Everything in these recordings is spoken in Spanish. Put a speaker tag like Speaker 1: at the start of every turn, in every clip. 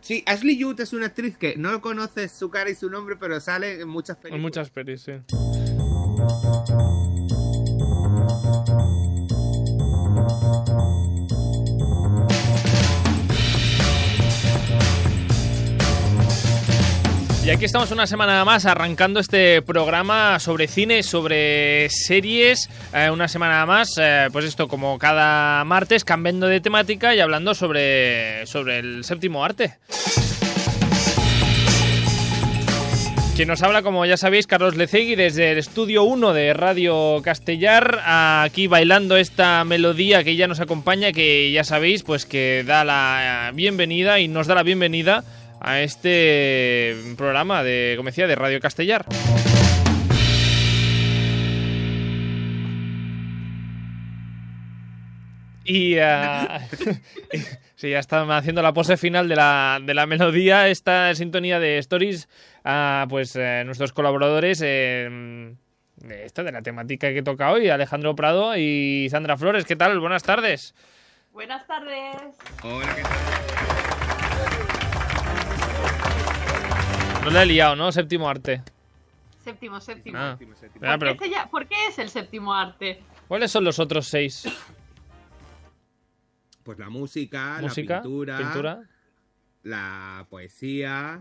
Speaker 1: Sí, Ashley Judd es una actriz que no conoces su cara y su nombre, pero sale en muchas películas.
Speaker 2: En muchas pelis, sí. Y aquí estamos una semana más arrancando este programa sobre cine, sobre series. Eh, una semana más, eh, pues esto como cada martes, cambiando de temática y hablando sobre, sobre el séptimo arte. Quien nos habla, como ya sabéis, Carlos Lecegui desde el estudio 1 de Radio Castellar, aquí bailando esta melodía que ya nos acompaña, que ya sabéis, pues que da la bienvenida y nos da la bienvenida a este programa de, como decía, de Radio Castellar. Y ah, sí, ya están haciendo la pose final de la, de la melodía, esta sintonía de Stories, ah, pues eh, nuestros colaboradores eh, de esta, de la temática que toca hoy, Alejandro Prado y Sandra Flores. ¿Qué tal? Buenas tardes.
Speaker 3: Buenas tardes.
Speaker 1: Hola, ¿qué tal?
Speaker 2: No la he liado, ¿no? Séptimo arte.
Speaker 3: Séptimo, séptimo.
Speaker 2: Ah.
Speaker 1: Séptimo, séptimo.
Speaker 2: Ah,
Speaker 3: ¿Por,
Speaker 2: pero-
Speaker 3: qué se lla- por qué es el séptimo arte?
Speaker 2: ¿Cuáles son los otros seis?
Speaker 1: Pues la música,
Speaker 2: Música,
Speaker 1: la pintura,
Speaker 2: pintura,
Speaker 1: la poesía,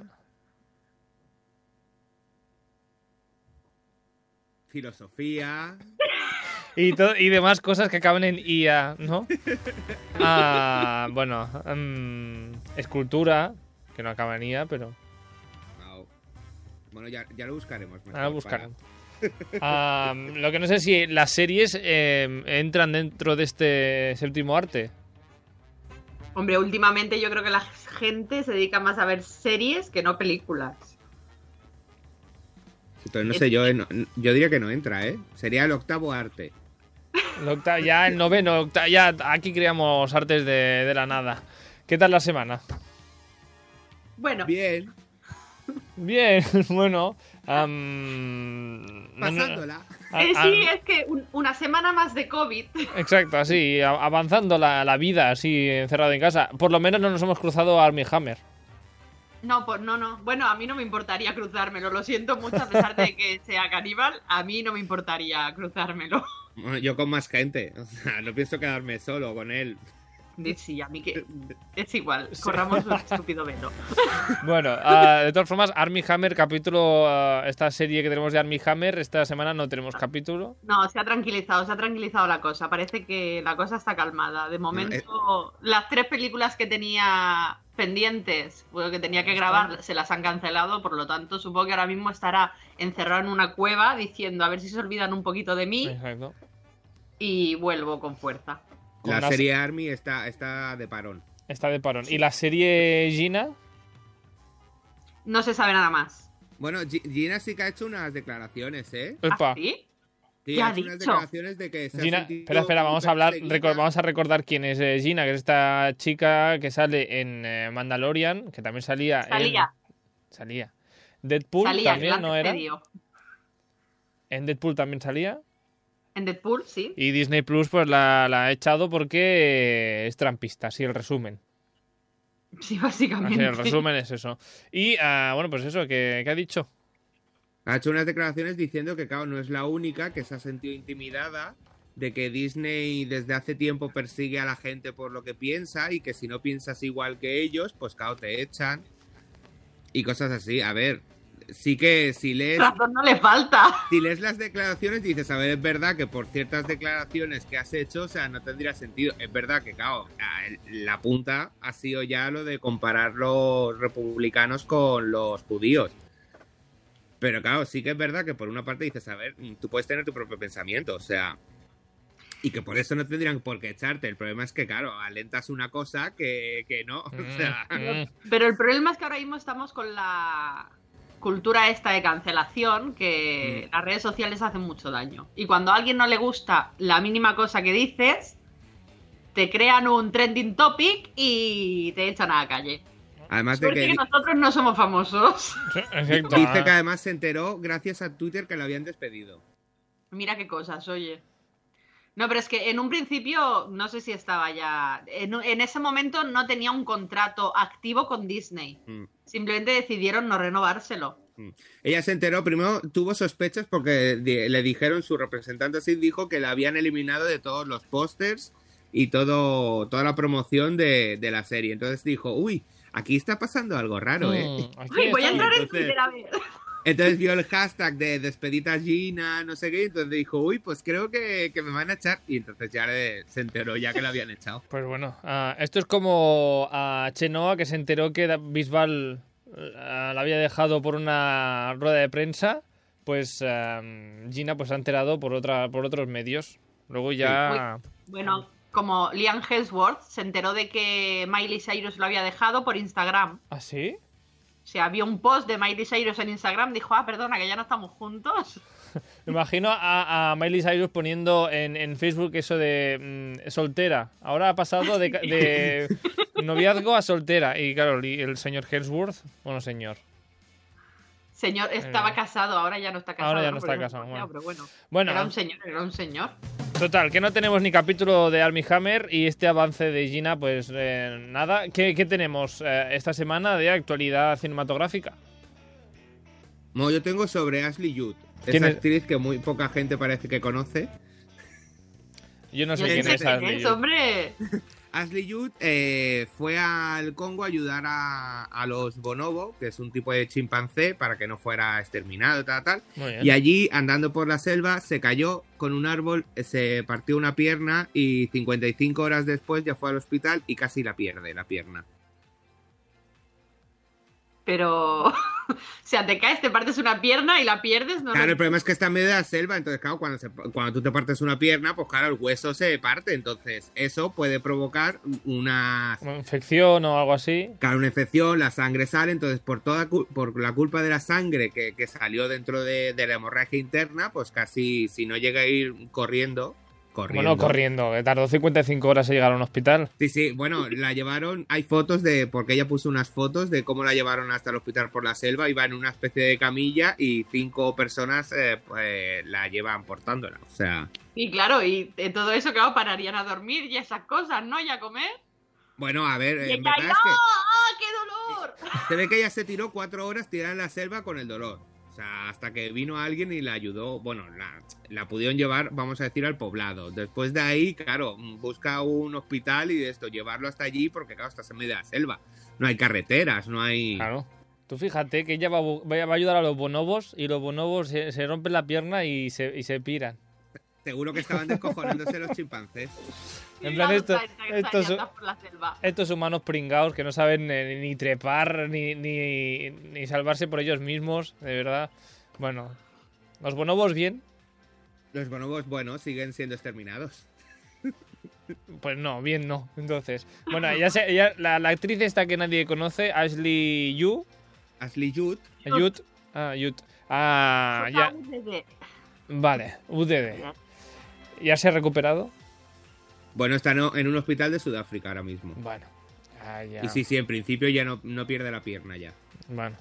Speaker 1: filosofía.
Speaker 2: y, to- y demás cosas que acaban en IA, ¿no? Ah, bueno, mm, escultura, que no acaba en IA, pero
Speaker 1: Wow. Bueno, ya, ya lo buscaremos. mejor
Speaker 2: ahora buscar.
Speaker 1: para-
Speaker 2: Ah, lo que no sé si las series eh, entran dentro de este séptimo arte.
Speaker 3: Hombre, últimamente yo creo que la gente se dedica más a ver series que no películas.
Speaker 1: Entonces, no sé, yo, eh, no- yo diría que no entra, ¿eh? Sería el octavo arte.
Speaker 2: El octa- ya el noveno, octa- ya aquí creamos artes de, de la nada. ¿Qué tal la semana?
Speaker 3: Bueno,
Speaker 1: Bien,
Speaker 2: Bien, bueno. am, no- no-
Speaker 1: pasándola.
Speaker 2: a-
Speaker 3: eh,
Speaker 2: a-
Speaker 3: sí, es que un- una semana más de COVID.
Speaker 2: Exacto, así, a- avanzando la, la vida, así, encerrado en casa. Por lo menos no nos hemos cruzado a Army Hammer.
Speaker 3: No, pues no, no. Bueno, a mí no me importaría cruzármelo. Lo siento mucho, a pesar de que sea caníbal, a mí no me importaría cruzármelo.
Speaker 1: Bueno, yo con más gente. O sea, no pienso quedarme solo con él.
Speaker 3: De- Sí, a mí que. Es igual, corramos un estúpido velo.
Speaker 2: Bueno, ah, de todas formas, Army Hammer, capítulo, ah, esta serie que tenemos de Army Hammer, esta semana no tenemos capítulo.
Speaker 3: No, se ha tranquilizado, se ha tranquilizado la cosa. Parece que la cosa está calmada. De momento, las tres películas que tenía pendientes, bueno, que tenía que grabar, se las han cancelado. Por lo tanto, supongo que ahora mismo estará encerrado en una cueva diciendo a ver si se olvidan un poquito de mí
Speaker 2: Exacto.
Speaker 3: y vuelvo con fuerza.
Speaker 2: Con
Speaker 1: La
Speaker 2: las-
Speaker 1: serie Army está, está de parón.
Speaker 2: Está de parón. ¿Y la serie Gina?
Speaker 3: No se sabe nada más.
Speaker 1: Bueno, Gi- Gina sí que ha hecho unas declaraciones, ¿eh?
Speaker 3: ¿Ah,
Speaker 2: Epa.
Speaker 3: sí?
Speaker 1: Sí,
Speaker 3: ¿Qué
Speaker 1: ha
Speaker 3: ha
Speaker 1: hecho unas
Speaker 3: dicho?
Speaker 1: declaraciones de que se ha
Speaker 2: Gina,
Speaker 1: sentido
Speaker 2: espera, espera, vamos a hablar,
Speaker 1: perseguida.
Speaker 2: recor- vamos a recordar quién es eh, Gina, que es esta chica que sale en eh, Mandalorian, que también salía en-
Speaker 3: Salía.
Speaker 2: salía. Deadpool
Speaker 3: Salía en
Speaker 2: también,
Speaker 3: Black
Speaker 2: ¿no era?
Speaker 3: Video.
Speaker 2: En Deadpool también salía.
Speaker 3: En Deadpool, sí.
Speaker 2: Y Disney Plus pues la, la ha echado porque es trampista, así el resumen.
Speaker 3: Sí,
Speaker 2: Así
Speaker 3: básicamente.
Speaker 2: el resumen es eso. Y ah, bueno, pues eso, ¿qué, qué ha dicho?
Speaker 1: Ha hecho unas declaraciones diciendo que, claro, no es la única que se ha sentido intimidada de que Disney desde hace tiempo persigue a la gente por lo que piensa y que si no piensas igual que ellos, pues, claro, te echan y cosas así. A ver, sí que si lees,
Speaker 3: Razón no le falta.
Speaker 1: si lees las declaraciones dices, a ver, es verdad que por ciertas declaraciones que has hecho, o sea, no tendría sentido. Es verdad que, claro, la- la punta ha sido ya lo de comparar los republicanos con los judíos. Pero claro, sí que es verdad que por una parte dices, a ver, mm, tú puedes tener tu propio pensamiento, o sea, y que por eso no tendrían por qué echarte. El problema es que, claro, alentas una cosa que, que no, o sea...
Speaker 2: Mm, mm.
Speaker 3: Pero el problema es que ahora mismo estamos con la cultura esta de cancelación, que las redes sociales hacen mucho daño. Y cuando a alguien no le gusta la mínima cosa que dices, te crean un trending topic y te echan a la calle.
Speaker 1: Además de
Speaker 3: Porque
Speaker 1: que...
Speaker 3: nosotros no somos famosos.
Speaker 2: Exacto.
Speaker 1: Dice que además se enteró gracias a Twitter que lo habían despedido.
Speaker 3: Mira qué cosas, oye. No, pero es que en un principio, no sé si estaba ya. En, en ese momento no tenía un contrato activo con Disney. Mm. Simplemente decidieron no renovárselo.
Speaker 1: Mm. Ella se enteró, primero tuvo sospechas porque le dijeron, su representante así dijo que la habían eliminado de todos los pósters y todo, toda la promoción de, de la serie. Entonces dijo, uy, aquí está pasando algo raro, ¿eh?
Speaker 3: Mm, Uy, voy a entrar en Twitter a ver.
Speaker 1: Entonces vio el hashtag de despedita Gina, no sé qué, entonces dijo, uy, pues creo que, que me van a echar. Y entonces ya le, se enteró ya que la habían echado.
Speaker 2: Pues bueno, uh, esto es como a Chenoa que se enteró que Bisbal uh, la había dejado por una rueda de prensa, pues uh, Gina pues ha enterado por, otra, por otros medios. Luego ya...
Speaker 3: Sí. Bueno, como Liam Hemsworth se enteró de que Miley Cyrus lo había dejado por Instagram.
Speaker 2: ¿Ah, sí?
Speaker 3: O sea, vio un post de Miley Cyrus en Instagram, dijo, ah, perdona, que ya no estamos juntos.
Speaker 2: Me imagino a, a Miley Cyrus poniendo en, en Facebook eso de mmm, soltera. Ahora ha pasado de, de noviazgo a soltera. Y claro, el señor Hemsworth, bueno, señor.
Speaker 3: Señor, estaba casado, ahora ya no está casado.
Speaker 2: Eh, Ahora ya no, está casado,
Speaker 3: no, bueno. Pero bueno, bueno. Era un señor, era un señor.
Speaker 2: Total, que no tenemos ni capítulo de Army Hammer y este avance de Gina, pues eh, nada. ¿Qué, qué tenemos eh, esta semana de actualidad cinematográfica?
Speaker 1: No, yo tengo sobre Ashley Judd, esa es? actriz que muy poca gente parece que conoce.
Speaker 2: Yo no sé yo quién, sé es, quién Ashley
Speaker 3: es, hombre.
Speaker 1: Ashley Judd eh, fue al Congo a ayudar a, a, los bonobo, que es un tipo de chimpancé, para que no fuera exterminado, tal, tal. Y allí, andando por la selva, se cayó con un árbol, se partió una pierna y 55 horas después ya fue al hospital y casi la pierde, la pierna.
Speaker 3: Pero, o sea, te caes, te partes una pierna y la pierdes. ¿no?
Speaker 1: Claro, el problema es que está en medio de la selva, entonces, claro, cuando, se, cuando tú te partes una pierna, pues claro, el hueso se parte, entonces eso puede provocar una...
Speaker 2: Una infección o algo así.
Speaker 1: Claro, una infección, la sangre sale, entonces por toda por la culpa de la sangre que, que salió dentro de, de, la hemorragia interna, pues casi si no llega a ir corriendo, Corriendo.
Speaker 2: Bueno, corriendo, que tardó 55 horas en llegar a un hospital.
Speaker 1: Sí, sí, bueno, la llevaron, hay fotos de, porque ella puso unas fotos de cómo la llevaron hasta el hospital por la selva, iba en una especie de camilla y cinco personas eh, pues, la llevan portándola, o sea...
Speaker 3: Y claro, y eh, todo eso, claro, pararían a dormir y esas cosas, ¿no? Y a comer.
Speaker 1: Bueno, a ver,
Speaker 3: y Eh, en verdad es que... ¡Ah, qué dolor!
Speaker 1: Se ve que ella se tiró cuatro horas tirada en la selva con el dolor. O sea, hasta que vino alguien y la ayudó. Bueno, la, la, pudieron llevar, vamos a decir, al poblado. Después de ahí, claro, busca un hospital y de esto, llevarlo hasta allí, porque claro, estás en medio de la selva. No hay carreteras, no hay.
Speaker 2: Claro. Tú fíjate que ella va, va a ayudar a los bonobos y los bonobos se, se rompen la pierna y se, y se piran.
Speaker 1: Seguro que estaban descojonándose los chimpancés.
Speaker 2: En plan, estos, estos, estos, humanos pringados que no saben eh, ni trepar ni, ni, ni, salvarse por ellos mismos, de verdad. Bueno, ¿los bonobos bien?
Speaker 1: Los bonobos, bueno, siguen siendo exterminados.
Speaker 2: Pues no, bien no. Entonces, bueno, ya, se, ya la, la, actriz esta que nadie conoce, Ashley Yu.
Speaker 1: Ashley Judd.
Speaker 2: Judd. Ah, Judd.
Speaker 3: Pues
Speaker 2: Ah, ya. Vale, UDD. ¿Ya se ha recuperado?
Speaker 1: Bueno, está en un hospital de Sudáfrica ahora mismo.
Speaker 2: Bueno. Ah, ya.
Speaker 1: Y sí, sí, en principio ya no, no, pierde la pierna ya.
Speaker 2: Bueno.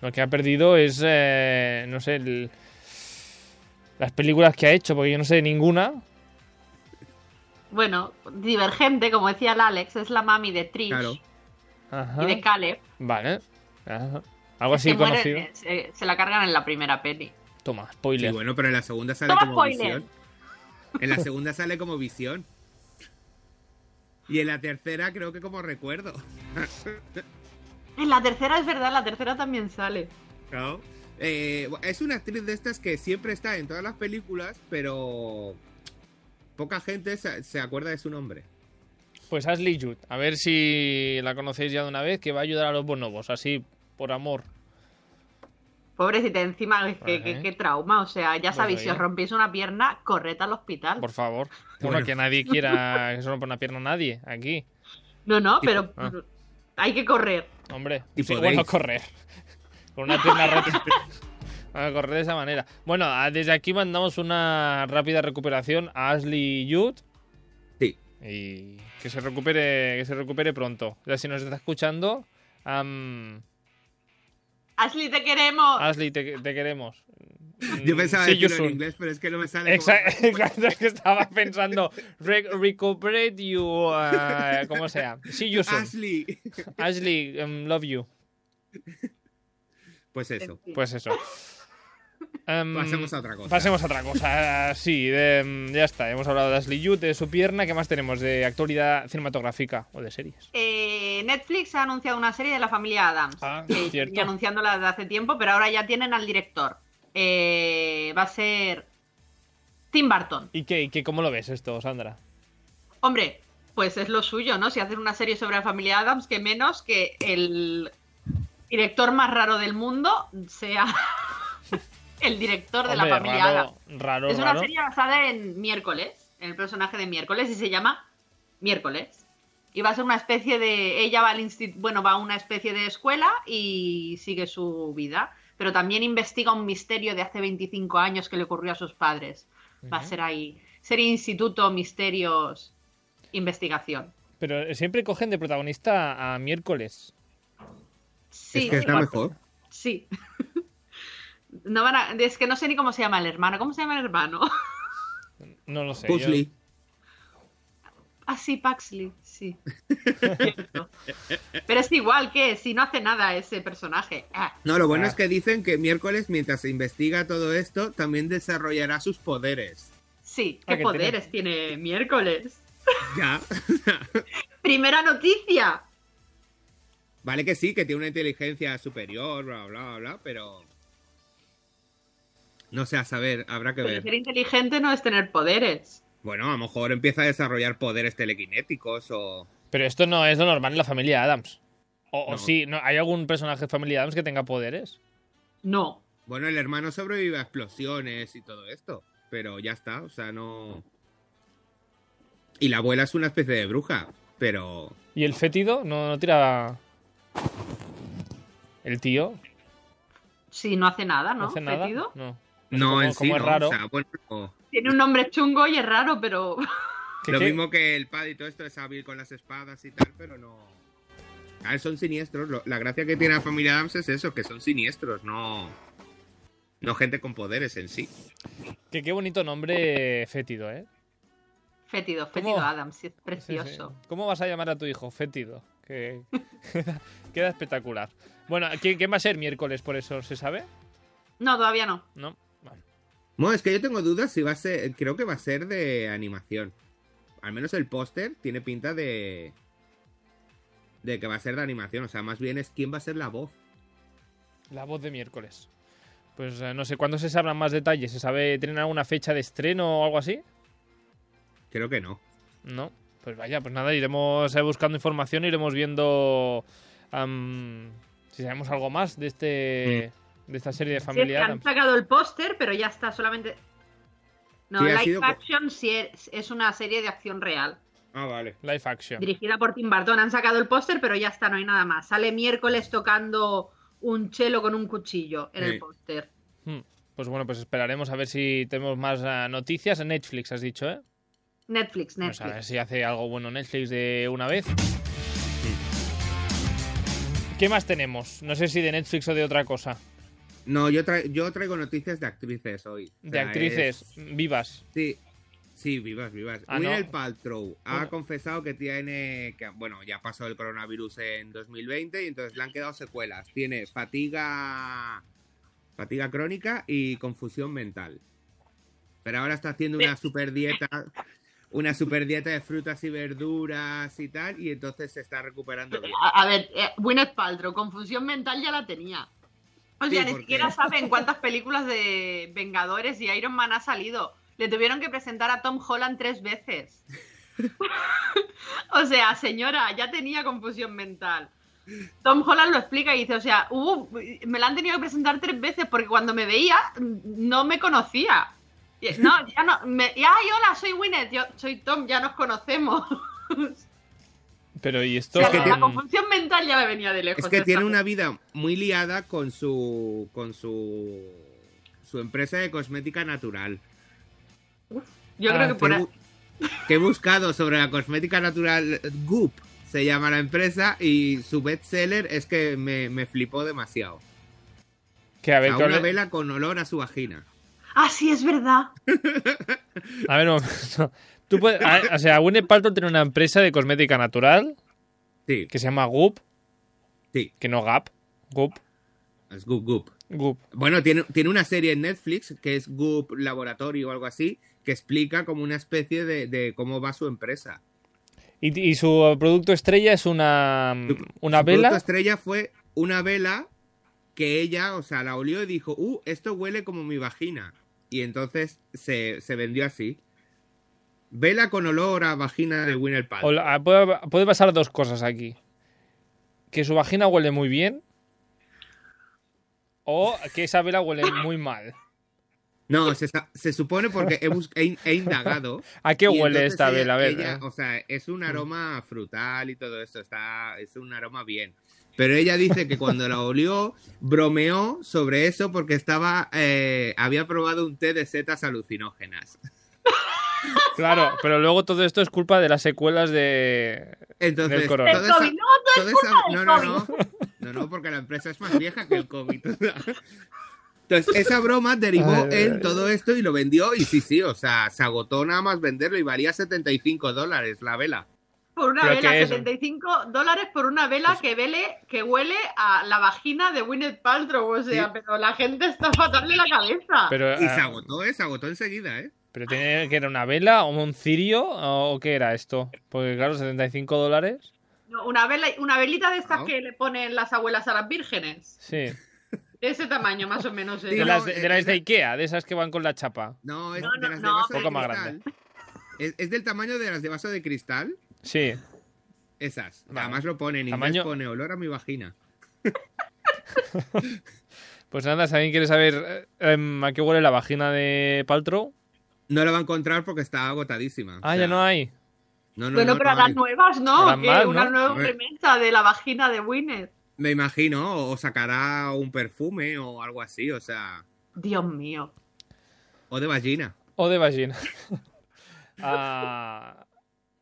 Speaker 2: Lo que ha perdido es, eh, no sé, el, las películas que ha hecho, porque yo no sé ninguna.
Speaker 3: Bueno, Divergente, como decía el Alex, es la mami de Trish claro. Ajá. y de Caleb.
Speaker 2: Vale. Ajá. Algo así se conocido. Muere,
Speaker 3: se, se la cargan en la primera peli.
Speaker 2: Toma, spoiler.
Speaker 1: Sí, bueno, pero en la segunda sale Toma como spoiler. visión. En la segunda sale como visión. Y en la tercera creo que como recuerdo.
Speaker 3: En la tercera es verdad, la tercera también sale.
Speaker 1: ¿No? Eh, es una actriz de estas que siempre está en todas las películas, pero poca gente se acuerda de su nombre.
Speaker 2: Pues Ashley Judd, a ver si la conocéis ya de una vez, que va a ayudar a los bonobos, así, por amor.
Speaker 3: Pobrecita, encima, es que, que, que, trauma. O sea, ya sabéis, si os rompéis una pierna, corred al hospital.
Speaker 2: Pues Por favor. Bueno, bueno. que nadie quiera que se rompa una pierna a nadie aquí.
Speaker 3: No, no, pero ah. hay que correr.
Speaker 2: Hombre, y sí, bueno, correr. Con una pierna rota. a correr de esa manera. Bueno, desde aquí mandamos una rápida recuperación a Ashley Judd.
Speaker 1: Sí.
Speaker 2: Y que se recupere, que se recupere pronto. Ya si nos está escuchando. Um...
Speaker 3: Ashley, te queremos.
Speaker 2: Ah, Ashley, te, te, queremos.
Speaker 1: Yo pensaba
Speaker 2: Sí,
Speaker 1: decirlo
Speaker 2: Yusun.
Speaker 1: en inglés, pero es que no me sale. como-
Speaker 2: Exacto, exacto, es que estaba pensando re- recuperate you, uh, ¿cómo sea? See you soon.
Speaker 1: Pues, Ashley.
Speaker 2: Ashley, um, love you.
Speaker 1: Pues eso.
Speaker 2: Pues eso. Em,
Speaker 1: Pasemos a otra cosa.
Speaker 2: pasemos a otra cosa. Ah, Sí, de- ya está. Hemos hablado de Ashley Judd, de su pierna. ¿Qué más tenemos de actualidad cinematográfica o de series?
Speaker 3: Eh, Netflix ha anunciado una serie de la familia Adams.
Speaker 2: Ah,
Speaker 3: que
Speaker 2: cierto.
Speaker 3: venía anunciándola desde hace tiempo, pero ahora ya tienen al director. Eh, va a ser Tim Burton.
Speaker 2: ¿Y qué, y qué- cómo lo ves esto, Sandra?
Speaker 3: Hombre, pues es lo suyo, ¿no? Si hacen una serie sobre la familia Adams, que menos que el director más raro del mundo sea el director de la
Speaker 2: Hombre,
Speaker 3: familia Adams.
Speaker 2: raro, raro,
Speaker 3: Es una
Speaker 2: raro.
Speaker 3: serie basada en miércoles, en el personaje de miércoles, y se llama Miércoles. Y va a ser una especie de. Ella va al instituto. Bueno, va a una especie de escuela y sigue su vida. Pero también investiga un misterio de hace 25 años que le ocurrió a sus padres. Va a
Speaker 2: Ujú.
Speaker 3: ser ahí. Serie Instituto Misterios Investigación.
Speaker 2: Pero eh, siempre cogen de protagonista a miércoles.
Speaker 3: Sí,
Speaker 1: es que está
Speaker 2: Tim
Speaker 1: mejor.
Speaker 3: sí. No van a- es que no sé ni cómo se llama el hermano. ¿Cómo se llama el hermano?
Speaker 2: No lo sé. yo-
Speaker 1: Puzzle.
Speaker 3: Ah, sí, Paxley, sí. Cierto. Pero es igual que si no hace nada ese personaje. Ah,
Speaker 1: No, lo bueno
Speaker 2: Ah.
Speaker 1: es que dicen que miércoles, mientras se investiga todo esto, también desarrollará sus poderes.
Speaker 3: sí,
Speaker 2: Ah,
Speaker 3: ¿qué
Speaker 2: que
Speaker 3: poderes tiene miércoles?
Speaker 1: Ya.
Speaker 3: Primera noticia.
Speaker 1: Vale que sí, que tiene una inteligencia superior, bla, bla, bla, pero... No sé, a saber, habrá que
Speaker 3: Pero ser
Speaker 1: ver.
Speaker 3: inteligente no es tener poderes.
Speaker 1: Bueno, a lo mejor empieza a desarrollar poderes telequinéticos o...
Speaker 2: Pero esto no es lo normal en la familia Adams. O, o
Speaker 1: No.
Speaker 2: sí, no, ¿hay algún personaje de familia Adams que tenga poderes?
Speaker 3: No.
Speaker 1: Bueno, el hermano sobrevive a explosiones y todo esto, pero ya está, o sea, no... Y la abuela es una especie de bruja, pero...
Speaker 2: ¿Y el fétido no, no tira. ¿El tío?
Speaker 3: Sí, no hace nada,
Speaker 2: ¿No,
Speaker 3: ¿no?
Speaker 2: hace nada?
Speaker 3: Metido.
Speaker 2: No.
Speaker 1: No,
Speaker 2: Pues como-
Speaker 1: en sí,
Speaker 2: como es
Speaker 1: no,
Speaker 2: raro.
Speaker 1: o sea, bueno, no.
Speaker 3: Tiene un nombre chungo y es raro, pero
Speaker 2: ¿Qué-
Speaker 1: lo
Speaker 2: qué?
Speaker 1: mismo que el pad y todo esto es hábil con las espadas y tal, pero no. A ver, son siniestros. Lo- La gracia que tiene la familia Adams es eso, que son siniestros, no. No gente con poderes en sí.
Speaker 2: Que qué bonito nombre fétido, ¿eh?
Speaker 3: fétido, fétido
Speaker 2: ¿Cómo?
Speaker 3: Adams, sí, es
Speaker 2: Sí, sí.
Speaker 3: precioso.
Speaker 2: ¿Cómo vas a llamar a tu hijo fétido? Que queda espectacular. Bueno, ¿quién, quién va a ser miércoles por eso? ¿Se sabe?
Speaker 3: No, todavía no.
Speaker 2: ¿No?
Speaker 1: Bueno, es que yo tengo dudas si va a ser. Creo que va a ser de animación. Al menos el póster tiene pinta de. De que va a ser de animación. O sea, más bien es quién va a ser la voz.
Speaker 2: La voz de miércoles. Pues eh, no sé, ¿cuándo se sabrán más detalles? ¿Se sabe, tienen alguna fecha de estreno o algo así?
Speaker 1: Creo que no.
Speaker 2: No, pues vaya, pues nada, iremos eh, buscando información, iremos viendo am, si sabemos algo más de este
Speaker 1: Mm.
Speaker 2: de esta serie de
Speaker 3: Sí, es que
Speaker 2: familia
Speaker 3: han
Speaker 2: Addams.
Speaker 3: sacado el póster, pero ya está solamente. No,
Speaker 1: Sí, ha
Speaker 3: Life
Speaker 1: sido co-
Speaker 3: Action sí es- es una serie de acción real.
Speaker 1: Ah, vale.
Speaker 2: Live action.
Speaker 3: dirigida por Tim Burton. Han sacado el póster, pero ya está, no hay nada más. Sale miércoles tocando un chelo con un cuchillo en
Speaker 1: Sí.
Speaker 3: el póster.
Speaker 2: Hmm, Pues bueno, pues esperaremos a ver si tenemos más ah, noticias. Netflix, has dicho, ¿eh?
Speaker 3: Netflix,
Speaker 2: Pues
Speaker 3: Netflix.
Speaker 2: a ver si hace algo bueno Netflix de una vez. ¿Qué más tenemos? No sé si de Netflix o de otra cosa.
Speaker 1: No, yo, tra- yo traigo noticias de actrices hoy. O
Speaker 2: De
Speaker 1: sea, es-
Speaker 2: actrices vivas.
Speaker 1: Sí, sí, vivas, vivas.
Speaker 2: Ah,
Speaker 1: Winner
Speaker 2: no.
Speaker 1: Paltrow ha
Speaker 2: Bueno.
Speaker 1: confesado que tiene, que, bueno, ya pasó el coronavirus en 2020 y entonces le han quedado secuelas. Tiene fatiga, fatiga crónica y confusión mental. Pero ahora está haciendo una super dieta, una super dieta de frutas y verduras y tal, y entonces se está recuperando bien.
Speaker 3: A, a ver, eh, Gwyneth Paltrow, confusión mental ya la tenía. O
Speaker 1: Sí,
Speaker 3: sea, ni
Speaker 1: porque-
Speaker 3: siquiera saben cuántas películas de Vengadores y Iron Man ha salido. Le tuvieron que presentar a Tom Holland tres veces. o sea, señora, ya tenía confusión mental. Tom Holland lo explica y dice, o sea, hubo- me la han tenido que presentar tres veces porque cuando me veía no me conocía. Y- No, ya no, me, y, ay, hola, soy Winnet, yo soy Tom, ya nos conocemos.
Speaker 2: Pero ¿y esto?
Speaker 1: Es que
Speaker 3: Ah, la
Speaker 1: tiene-
Speaker 3: confusión mental ya me venía de lejos.
Speaker 1: Es que
Speaker 3: esta
Speaker 1: tiene una vida muy liada con su, con su, su empresa de cosmética natural.
Speaker 3: Yo
Speaker 2: Ah,
Speaker 3: creo que
Speaker 1: que
Speaker 3: por
Speaker 1: he bu- que he buscado sobre la cosmética natural eh, Goop, se llama la empresa, y su bestseller es que me, me flipó demasiado.
Speaker 2: Que a ver,
Speaker 1: a
Speaker 2: que
Speaker 1: una
Speaker 2: hable-
Speaker 1: vela con olor a su vagina.
Speaker 3: Ah, sí, es verdad.
Speaker 2: A ver, un momento. Tú puedes- a- o sea, Gwyneth Paltrow tiene una empresa de cosmética natural
Speaker 1: Sí,
Speaker 2: que se llama Goop,
Speaker 1: sí,
Speaker 2: que no Gap, Goop,
Speaker 1: es Goop Goop.
Speaker 2: Goop.
Speaker 1: Bueno, tiene, tiene una serie en Netflix que es Goop Laboratorio o algo así, que explica como una especie de, de cómo va su empresa.
Speaker 2: Y, y su producto estrella es una, una
Speaker 1: Su producto
Speaker 2: vela.
Speaker 1: estrella fue una vela que ella, o sea, la olió y dijo, uh, esto huele como mi vagina. Y entonces se, se vendió así. Vela con olor a vagina de Winner Paltrow.
Speaker 2: o la- puede, puede pasar dos cosas aquí. Que su vagina huele muy bien o que esa vela huele muy mal.
Speaker 1: No, se, sa- se supone porque he, bus- he in- he indagado.
Speaker 2: ¿A qué
Speaker 1: y
Speaker 2: huele
Speaker 1: entonces
Speaker 2: esta
Speaker 1: ella-
Speaker 2: vela? A ver,
Speaker 1: ella,
Speaker 2: eh.
Speaker 1: o sea, es un aroma frutal y todo esto, está, es un aroma bien. Pero ella dice que cuando la olió, bromeó sobre eso porque estaba, eh, había probado un té de setas alucinógenas.
Speaker 2: Claro, pero luego todo esto es culpa de las secuelas de...
Speaker 1: Entonces,
Speaker 2: Del corona.
Speaker 3: El
Speaker 1: toda esa-
Speaker 3: COVID, no,
Speaker 1: toda esa-
Speaker 3: del
Speaker 1: no, no, no, no, no, porque la empresa es más vieja que el COVID. Entonces, esa broma derivó
Speaker 2: Ay, ay,
Speaker 1: en
Speaker 2: ay.
Speaker 1: todo esto y lo vendió. Y sí, sí, o sea, se agotó nada más venderlo y valía 75 dólares la vela.
Speaker 3: por una
Speaker 2: ¿Pero
Speaker 3: vela,
Speaker 2: qué es?
Speaker 3: 75 dólares por una vela que, vele, que huele a la vagina de Winnet Paltrow. O sea,
Speaker 1: Sí.
Speaker 3: pero la gente está fatal de la cabeza.
Speaker 2: Pero,
Speaker 1: Y se
Speaker 2: ah,
Speaker 1: agotó, ¿eh? Se agotó enseguida, ¿eh?
Speaker 2: ¿pero tenía que era una vela o un cirio o qué era esto? Porque claro, 75 dólares.
Speaker 3: No, una, vela, una velita de estas
Speaker 1: No.
Speaker 3: que le ponen las abuelas a las vírgenes.
Speaker 2: Sí.
Speaker 3: De ese tamaño, más o menos. ¿eh?
Speaker 1: Sí,
Speaker 2: De
Speaker 1: no,
Speaker 2: las de, de
Speaker 1: eh,
Speaker 2: las de
Speaker 1: eh,
Speaker 2: Ikea, de esas que van con la chapa.
Speaker 1: No, es
Speaker 3: No, no,
Speaker 1: de las de
Speaker 3: no,
Speaker 1: vaso de
Speaker 2: poco más
Speaker 1: cristal. Es, es del tamaño de las de vaso de cristal,
Speaker 2: Sí.
Speaker 1: esas.
Speaker 2: Vale.
Speaker 1: Además lo pone en inglés,
Speaker 2: Tamaño-
Speaker 1: pone olor a mi vagina.
Speaker 2: Pues nada, si alguien quiere saber eh, em, a qué huele la vagina de Paltrow.
Speaker 1: No la va a encontrar porque está agotadísima.
Speaker 2: Ah, ya no hay.
Speaker 1: No, no,
Speaker 3: bueno,
Speaker 1: no,
Speaker 3: pero
Speaker 1: no
Speaker 3: habrán
Speaker 1: hay.
Speaker 3: nuevas, ¿no?
Speaker 2: Habrán
Speaker 3: Que
Speaker 2: más,
Speaker 3: una
Speaker 2: ¿no?
Speaker 1: A
Speaker 3: nueva
Speaker 1: ver.
Speaker 3: remesa de la vagina de Winnet.
Speaker 1: Me imagino, o- o sacará un perfume o algo así, o sea,
Speaker 3: Dios mío.
Speaker 1: o de vagina.
Speaker 2: O de vagina. Ah,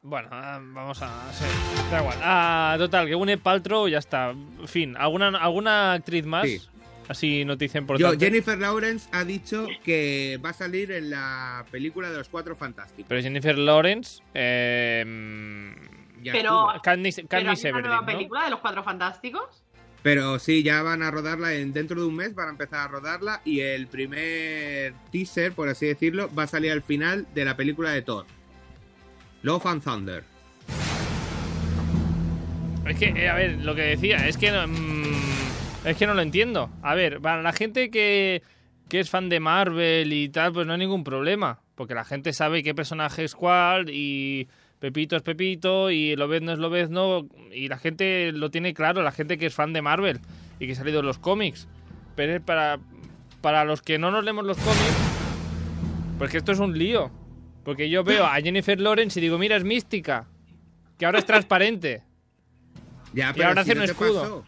Speaker 2: bueno, ah, vamos a. sí, da igual. Ah, total, que une Paltrow ya está. Fin. ¿Alguna, alguna actriz más?
Speaker 1: Sí.
Speaker 2: Así noticia
Speaker 1: Yo,
Speaker 2: importante.
Speaker 1: Jennifer Lawrence ha dicho que va a salir en la película de los cuatro fantásticos.
Speaker 2: Pero Jennifer Lawrence. Eh,
Speaker 1: Ya
Speaker 3: Pero-
Speaker 1: estuvo.
Speaker 2: Candice,
Speaker 3: ¿Pero hay
Speaker 2: Candice
Speaker 3: una nueva
Speaker 2: Everdeen, ¿no?
Speaker 3: película de los Cuatro Fantásticos?
Speaker 1: Pero sí, ya van a rodarla en, dentro de un mes, van a empezar a rodarla y el primer teaser, por así decirlo, va a salir al final de la película de Thor. Love and Thunder.
Speaker 2: Es que, eh, a ver, lo que decía, es que no, mm, es que no lo entiendo. A ver, para la gente que, que es fan de Marvel y tal, pues no hay ningún problema. Porque la gente sabe qué personaje es cuál y Pepito es Pepito y Lobezno es Lobezno. Y la gente lo tiene claro, la gente que es fan de Marvel y que ha salido en los cómics. Pero es para, para los que no nos leemos los cómics, pues que esto es un lío. Porque yo veo a Jennifer Lawrence y digo, mira, es mística. Que ahora es transparente.
Speaker 1: Ya,
Speaker 2: Y
Speaker 1: pero
Speaker 2: ahora
Speaker 1: si
Speaker 2: hace
Speaker 1: no
Speaker 2: un
Speaker 1: te
Speaker 2: escudo.
Speaker 1: pasó.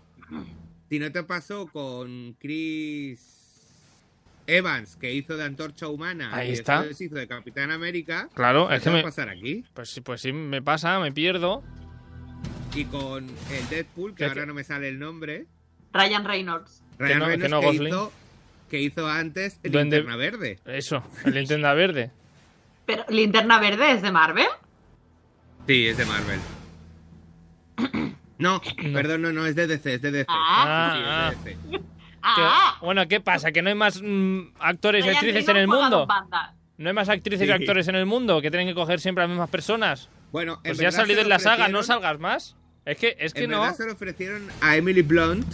Speaker 1: Si no te pasó con Chris Evans, que hizo de Antorcha Humana
Speaker 2: Ahí
Speaker 1: y
Speaker 2: está.
Speaker 1: después hizo de Capitán América,
Speaker 2: Claro,
Speaker 1: ¿qué
Speaker 2: es que
Speaker 1: va a
Speaker 2: me,
Speaker 1: pasar aquí?
Speaker 2: Pues, sí, pues sí, me pasa, me pierdo.
Speaker 1: Y con el Deadpool, que
Speaker 2: Que-
Speaker 1: ahora no me sale el nombre,
Speaker 3: Ryan Reynolds.
Speaker 1: Ryan
Speaker 2: no- que
Speaker 1: Reynolds,
Speaker 2: no
Speaker 1: que,
Speaker 2: Gosling.
Speaker 1: hizo, que hizo antes
Speaker 2: Duende-
Speaker 1: Linterna Verde.
Speaker 2: Eso, el Nintendo verde.
Speaker 3: ¿Pero Linterna Verde es de Marvel?
Speaker 1: Sí, es de Marvel. No, perdón, no, no, es de DC, es de DC.
Speaker 2: Ah.
Speaker 1: Sí, es de DC.
Speaker 2: Que-
Speaker 3: ¡Ah!
Speaker 2: bueno, ¿qué pasa? ¿Que no hay más mm, actores y
Speaker 3: Ryan
Speaker 2: actrices en
Speaker 3: Reynolds
Speaker 2: el
Speaker 3: juega
Speaker 2: mundo?
Speaker 3: dos bandas.
Speaker 2: ¿No hay más actrices
Speaker 1: Sí.
Speaker 2: y actores en el mundo que tienen que coger siempre a las mismas personas?
Speaker 1: Bueno, en
Speaker 2: Pues ya has
Speaker 1: verdad
Speaker 2: salido
Speaker 1: se
Speaker 2: en
Speaker 1: lo
Speaker 2: la saga, no
Speaker 1: ofrecieron-
Speaker 2: salgas más. Es que, es que
Speaker 1: en
Speaker 2: no.
Speaker 1: verdad se lo ofrecieron a Emily Blunt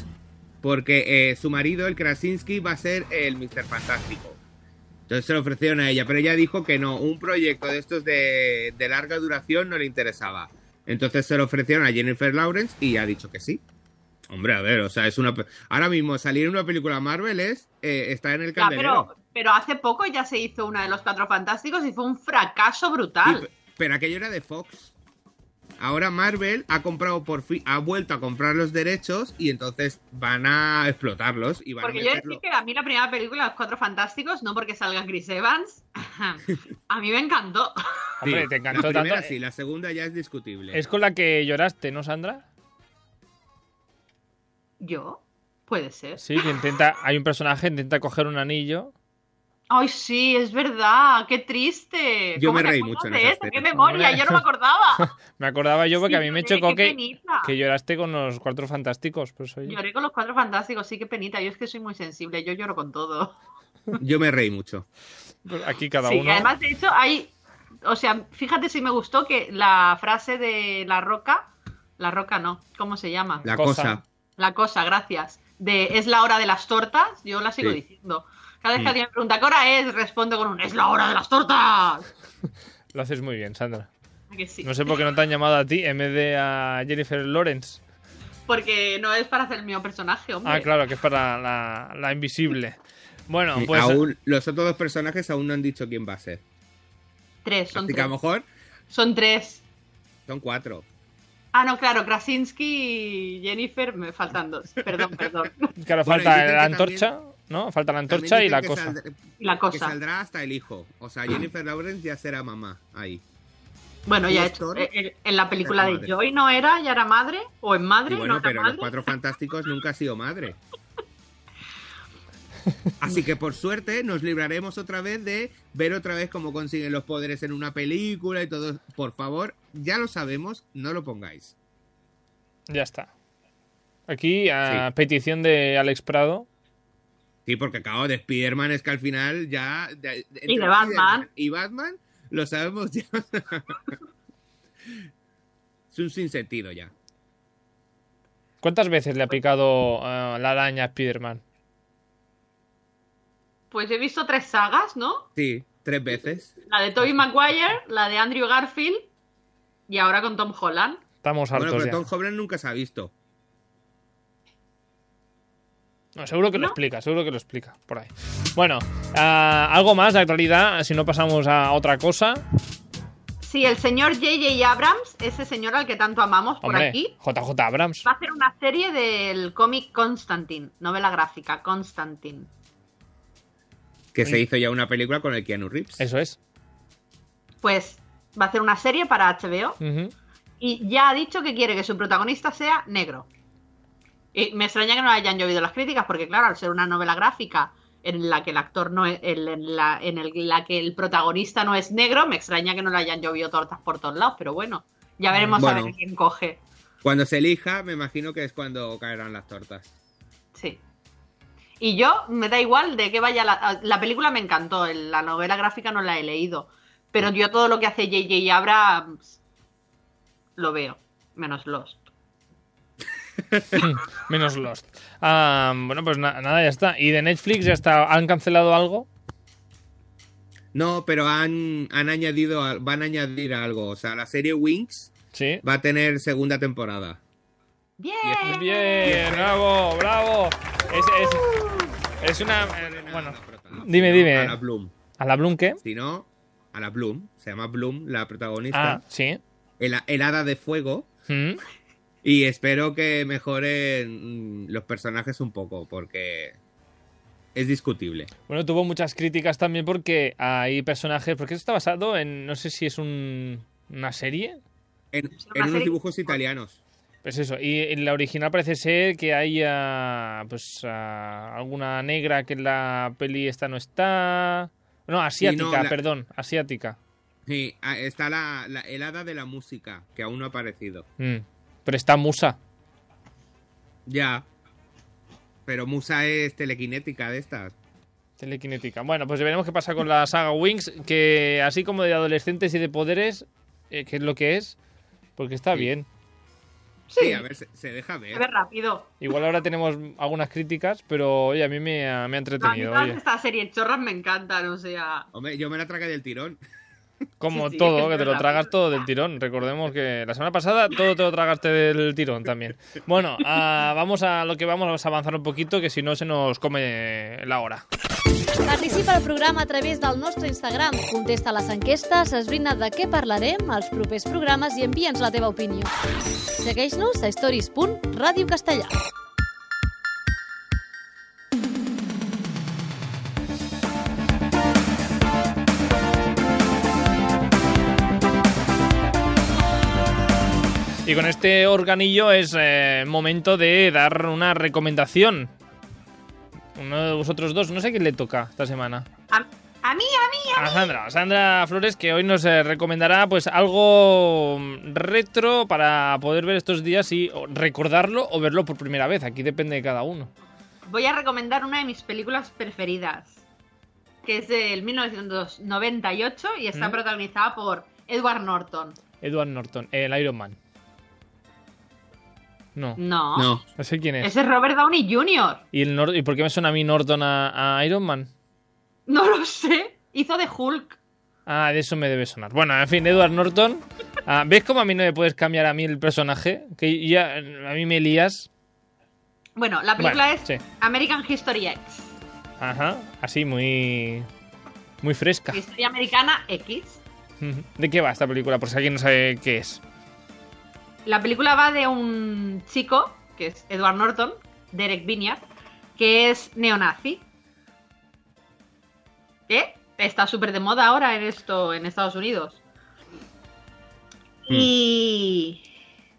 Speaker 1: porque eh, su marido, el Krasinski, va a ser el Mr. Fantástico. Entonces se lo ofrecieron a ella, pero ella dijo que no, un proyecto de estos de, de larga duración no le interesaba. Entonces se lo ofrecieron a Jennifer Lawrence y ha dicho que sí. Hombre, a ver, o sea, es una... pe- Ahora mismo salir en una película Marvel es eh, estar en el
Speaker 3: Ya,
Speaker 1: candelero.
Speaker 3: pero, pero hace poco ya se hizo una de los Cuatro Fantásticos y fue un fracaso
Speaker 1: Sí,
Speaker 3: brutal.
Speaker 1: pe- pero aquello era de Fox. Ahora Marvel ha comprado por fin, ha vuelto a comprar los derechos y entonces van a explotarlos y van
Speaker 3: Porque
Speaker 1: a
Speaker 3: yo
Speaker 1: meterlo.
Speaker 3: decir que a mí la primera película, Los Cuatro Fantásticos, no porque salga Chris Evans, a mí me encantó.
Speaker 2: Hombre,
Speaker 1: Sí,
Speaker 2: te encantó
Speaker 1: la primera
Speaker 2: tanto.
Speaker 1: sí, la segunda ya es discutible.
Speaker 2: Es con la que lloraste, ¿no, Sandra?
Speaker 3: ¿Yo? Puede ser.
Speaker 2: Sí, que intenta. Hay un personaje que intenta coger un anillo.
Speaker 3: Ay, sí, es verdad, qué triste.
Speaker 1: Yo
Speaker 3: ¿Cómo
Speaker 1: me
Speaker 3: te
Speaker 1: reí
Speaker 3: acuerdas
Speaker 1: mucho en
Speaker 3: de
Speaker 1: esa
Speaker 3: eso? ¡Qué
Speaker 1: escena.
Speaker 3: memoria!
Speaker 2: Hombre.
Speaker 3: Yo no me acordaba.
Speaker 2: Me acordaba yo porque
Speaker 3: Sí,
Speaker 2: a mí me
Speaker 3: qué-
Speaker 2: chocó
Speaker 3: qué
Speaker 2: que,
Speaker 3: penita.
Speaker 2: que lloraste con los cuatro fantásticos. Pues oye.
Speaker 3: Lloré con los cuatro fantásticos, sí, qué penita. Yo es que soy muy sensible, yo lloro con todo.
Speaker 1: Yo me reí mucho.
Speaker 2: Pues Aquí cada
Speaker 3: sí,
Speaker 2: uno.
Speaker 3: además, de hecho, hay. O sea, fíjate si me gustó que la frase de La Roca. La Roca no, ¿cómo se llama?
Speaker 1: La
Speaker 2: Cosa.
Speaker 1: cosa.
Speaker 3: La cosa, gracias. De es la hora de las tortas, yo la sigo
Speaker 1: Sí.
Speaker 3: diciendo. Cada vez que
Speaker 1: Mm.
Speaker 3: alguien me pregunta qué hora es, respondo con un es la hora de las tortas.
Speaker 2: Lo haces muy bien, Sandra.
Speaker 3: ¿A que sí?
Speaker 2: No sé por qué no te han llamado a ti en vez de a Jennifer Lawrence.
Speaker 3: Porque no es para hacer el mío personaje, hombre.
Speaker 2: Ah, claro, que es para la, la invisible. Bueno,
Speaker 1: Y
Speaker 2: pues.
Speaker 1: eh, aún, los otros dos personajes aún no han dicho quién va a ser.
Speaker 3: Tres, son
Speaker 1: Así que a
Speaker 3: tres.
Speaker 1: lo mejor
Speaker 3: Son tres.
Speaker 1: son cuatro.
Speaker 3: Ah, no, claro, Krasinski y Jennifer me faltan dos. Perdón, perdón.
Speaker 2: Claro,
Speaker 1: Bueno,
Speaker 2: falta
Speaker 1: y dicen que
Speaker 2: la antorcha, ¿no? Falta la
Speaker 1: También
Speaker 2: antorcha y
Speaker 1: dicen
Speaker 2: la
Speaker 1: que
Speaker 2: cosa.
Speaker 1: saldrá-
Speaker 3: Y la
Speaker 1: que
Speaker 3: cosa.
Speaker 1: saldrá hasta el hijo. O sea, Jennifer Lawrence ya será mamá ahí.
Speaker 3: Bueno, ya he
Speaker 1: Los
Speaker 3: hecho.
Speaker 1: Thor-
Speaker 3: En, en la película de
Speaker 1: madre.
Speaker 3: Joy no era, ya era madre. O en madre,
Speaker 1: Y bueno,
Speaker 3: no era
Speaker 1: pero los
Speaker 3: madre.
Speaker 1: cuatro fantásticos nunca ha sido madre. Así que por suerte nos libraremos otra vez de ver otra vez cómo consiguen los poderes en una película y todo. Por favor, ya lo sabemos, no lo pongáis.
Speaker 2: Ya está. Aquí, a petición de Alex Prado.
Speaker 1: Sí, porque acabo de Spider-Man es que al final ya... de- de-
Speaker 3: Y de
Speaker 1: entre
Speaker 3: Batman.
Speaker 1: Spider-Man Y Batman, lo sabemos ya. es un sinsentido ya.
Speaker 2: ¿Cuántas veces le ha picado eh, la araña a Spider-Man?
Speaker 3: Pues he visto tres sagas, ¿no?
Speaker 1: Sí, tres veces.
Speaker 3: La de Tobey Maguire, la de Andrew Garfield y ahora con Tom Holland.
Speaker 2: Estamos hartos
Speaker 1: Bueno, pero
Speaker 2: ya.
Speaker 1: Tom Holland nunca se ha visto.
Speaker 2: No, seguro que lo
Speaker 3: ¿No?
Speaker 2: explica, seguro que lo explica por ahí. Bueno, ah, algo más de actualidad, si no pasamos a otra cosa.
Speaker 3: Sí, el señor J.J. Abrams, ese señor al que tanto amamos por
Speaker 2: Hombre,
Speaker 3: aquí,
Speaker 2: JJ Abrams.
Speaker 3: va a hacer una serie del cómic Constantine, novela gráfica, Constantine.
Speaker 1: Que se
Speaker 2: Sí.
Speaker 1: hizo ya una película con el Keanu Reeves.
Speaker 2: Eso es.
Speaker 3: Pues va a hacer una serie para HBO
Speaker 2: Ujú.
Speaker 3: y ya ha dicho que quiere que su protagonista sea negro. Y me extraña que no hayan llovido las críticas, porque claro, al ser una novela gráfica en la que el actor no es, el- en, la, en el- la que el protagonista no es negro, me extraña que no le hayan llovido tortas por todos lados, pero bueno, ya veremos a
Speaker 1: Mm, Bueno.
Speaker 3: ver quién coge.
Speaker 1: Cuando se elija, me imagino que es cuando caerán las tortas.
Speaker 3: Sí. Y yo me da igual de que vaya la, la película me encantó, el- la novela gráfica no la he leído, pero yo todo lo que hace JJ Abrams lo veo, menos Lost.
Speaker 2: Menos Lost. Ah, bueno, pues na- nada, ya está. ¿Y de Netflix ya está? ¿Han cancelado algo?
Speaker 1: No, pero han, han añadido, a- van a añadir algo. O sea, la serie Wings
Speaker 2: Sí.
Speaker 1: va a tener segunda temporada.
Speaker 3: Bien.
Speaker 2: Bien, bravo, bravo. Es, es- es una. eh, Bueno, dime,
Speaker 1: Si Ah, no,
Speaker 2: dime.
Speaker 1: A la Bloom.
Speaker 2: ¿a la Bloom qué?
Speaker 1: Si no, a la Bloom. Se llama Bloom, la protagonista.
Speaker 2: Ah, sí.
Speaker 1: El, el hada de fuego.
Speaker 2: Mm.
Speaker 1: Y espero que mejoren mm, los personajes un poco, porque es discutible.
Speaker 2: Bueno, tuvo muchas críticas también porque hay personajes. Porque esto está basado en. No sé si es un, una serie.
Speaker 1: En,
Speaker 3: una
Speaker 1: en unos
Speaker 3: serie-
Speaker 1: dibujos italianos.
Speaker 2: Pues eso, y en la original parece ser que hay ah, pues ah, alguna negra que en la peli esta no está. No, asiática,
Speaker 1: la-
Speaker 2: perdón, asiática.
Speaker 1: Sí, ah, está la, la el hada de la música, que aún no ha aparecido.
Speaker 2: Mm. Pero está musa.
Speaker 1: Ya. Pero Musa es telequinética de estas.
Speaker 2: Telequinética. Bueno, pues veremos qué pasa con la saga Wings, que así como de adolescentes y de poderes, eh, que es lo que es, porque está
Speaker 1: Sí.
Speaker 2: bien.
Speaker 1: Sí,
Speaker 3: Sí.
Speaker 1: a ver, se, se deja
Speaker 2: Eh,
Speaker 3: A ver,
Speaker 1: ver.
Speaker 3: rápido.
Speaker 2: Igual ahora tenemos algunas críticas, pero oye, a mí me ha, me ha
Speaker 3: A mí
Speaker 2: entretenido.
Speaker 3: todas
Speaker 2: oye.
Speaker 3: estas series chorras me encantan, o sea.
Speaker 1: Hombre, yo me la tragué del tirón.
Speaker 2: Como
Speaker 3: Sí, sí, es
Speaker 2: todo,
Speaker 3: que
Speaker 2: que
Speaker 3: es
Speaker 2: te lo
Speaker 3: verdad.
Speaker 2: tragas todo del tirón. Recordemos que la semana pasada todo te lo tragaste del tirón también. Bueno, ah, vamos a lo que vamos, vamos a avanzar un poquito, que si no se nos come la hora.
Speaker 4: Participa al programa a través del nostre Instagram. Contesta a les enquestes, esbrina de què parlarem als propers programes i envia'ns la teva opinió. Segueix-nos a stories.radiocastellà.
Speaker 2: Y con este organillo es eh, momento de dar una recomendación. Uno de vosotros dos, no sé quién le toca esta semana.
Speaker 3: A, a mí, a mí, a mí.
Speaker 2: A Sandra, Sandra Flores, que hoy nos eh, recomendará pues algo mm, retro para poder ver estos días y o recordarlo o verlo por primera vez. Aquí depende de cada uno.
Speaker 3: Voy a recomendar una de mis películas preferidas, que es del 1998 y está
Speaker 2: ¿Mm?
Speaker 3: protagonizada por Edward Norton.
Speaker 2: Edward Norton, el Iron Man. No,
Speaker 3: No,
Speaker 1: No.
Speaker 2: no sé quién es.
Speaker 3: ese es Robert Downey Jr.
Speaker 2: ¿Y, el Nor- ¿Y por qué me suena a mí Norton a, a Iron Man?
Speaker 3: No lo sé. Hizo de Hulk.
Speaker 2: Ah, de eso me debe sonar. Bueno, en fin, Edward Norton. Ah, ¿Ves cómo a mí no me puedes cambiar a mí el personaje? Que ya a mí me lías.
Speaker 3: Bueno, la película
Speaker 2: Bueno,
Speaker 3: es
Speaker 2: sí.
Speaker 3: American History X.
Speaker 2: Ajá, así muy muy fresca.
Speaker 3: Historia americana X.
Speaker 2: Ujú. ¿De qué va esta película? Por si alguien no sabe qué es.
Speaker 3: La película va de un chico, que es Edward Norton, Derek Vineyard, que es neonazi. ¿Qué? Está súper de moda ahora en esto en Estados Unidos. Y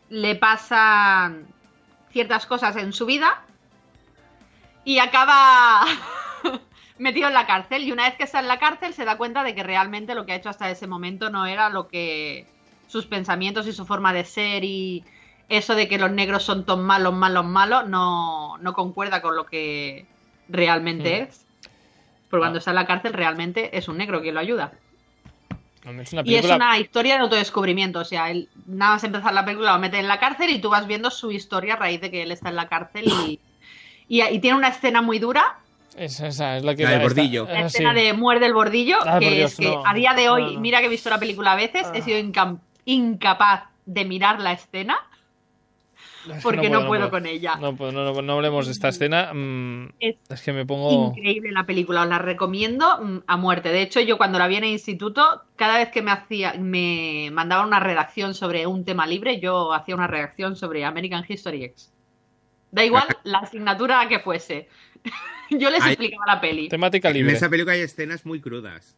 Speaker 3: le pasan ciertas cosas en su vida y acaba metido en la cárcel. Y una vez que está en la cárcel se da cuenta de que realmente lo que ha hecho hasta ese momento no era lo que sus pensamientos y su forma de ser y eso de que los negros son tan malos, malos, malos, no, no concuerda con lo que realmente
Speaker 2: Mm.
Speaker 3: es. Porque cuando
Speaker 2: Ah.
Speaker 3: está en la cárcel realmente es un negro que lo ayuda.
Speaker 2: Hombre, Es una
Speaker 3: Y es
Speaker 2: película.
Speaker 3: una historia de autodescubrimiento, o sea, él nada más empezar la película lo mete en la cárcel y tú vas viendo su historia a raíz de que él está en la cárcel y, y, y tiene una escena muy dura,
Speaker 2: Es, esa es la que
Speaker 1: La del
Speaker 2: esta-
Speaker 1: bordillo.
Speaker 2: ah,
Speaker 3: la
Speaker 2: sí.
Speaker 3: escena de muerde el bordillo,
Speaker 2: Ah, por
Speaker 3: que
Speaker 2: Dios,
Speaker 3: es que
Speaker 2: no.
Speaker 3: a día de hoy,
Speaker 2: No, no.
Speaker 3: mira que he visto la película a veces, he
Speaker 2: Ah.
Speaker 3: sido incam- incapaz de mirar la escena porque no puedo, con ella.
Speaker 2: No, puedo, no, no- no hablemos de esta escena. mm,
Speaker 3: Es
Speaker 2: es que me pongo.
Speaker 3: Increíble la película, os la recomiendo mm, a muerte. De hecho, yo cuando la vi en el instituto, cada vez que me hacía, me mandaban una redacción sobre un tema libre, yo hacía una redacción sobre American History X. Da igual la asignatura que fuese. yo les
Speaker 1: Ay.
Speaker 3: explicaba la peli.
Speaker 2: Temática
Speaker 1: En
Speaker 2: libre.
Speaker 1: esa película hay escenas muy crudas.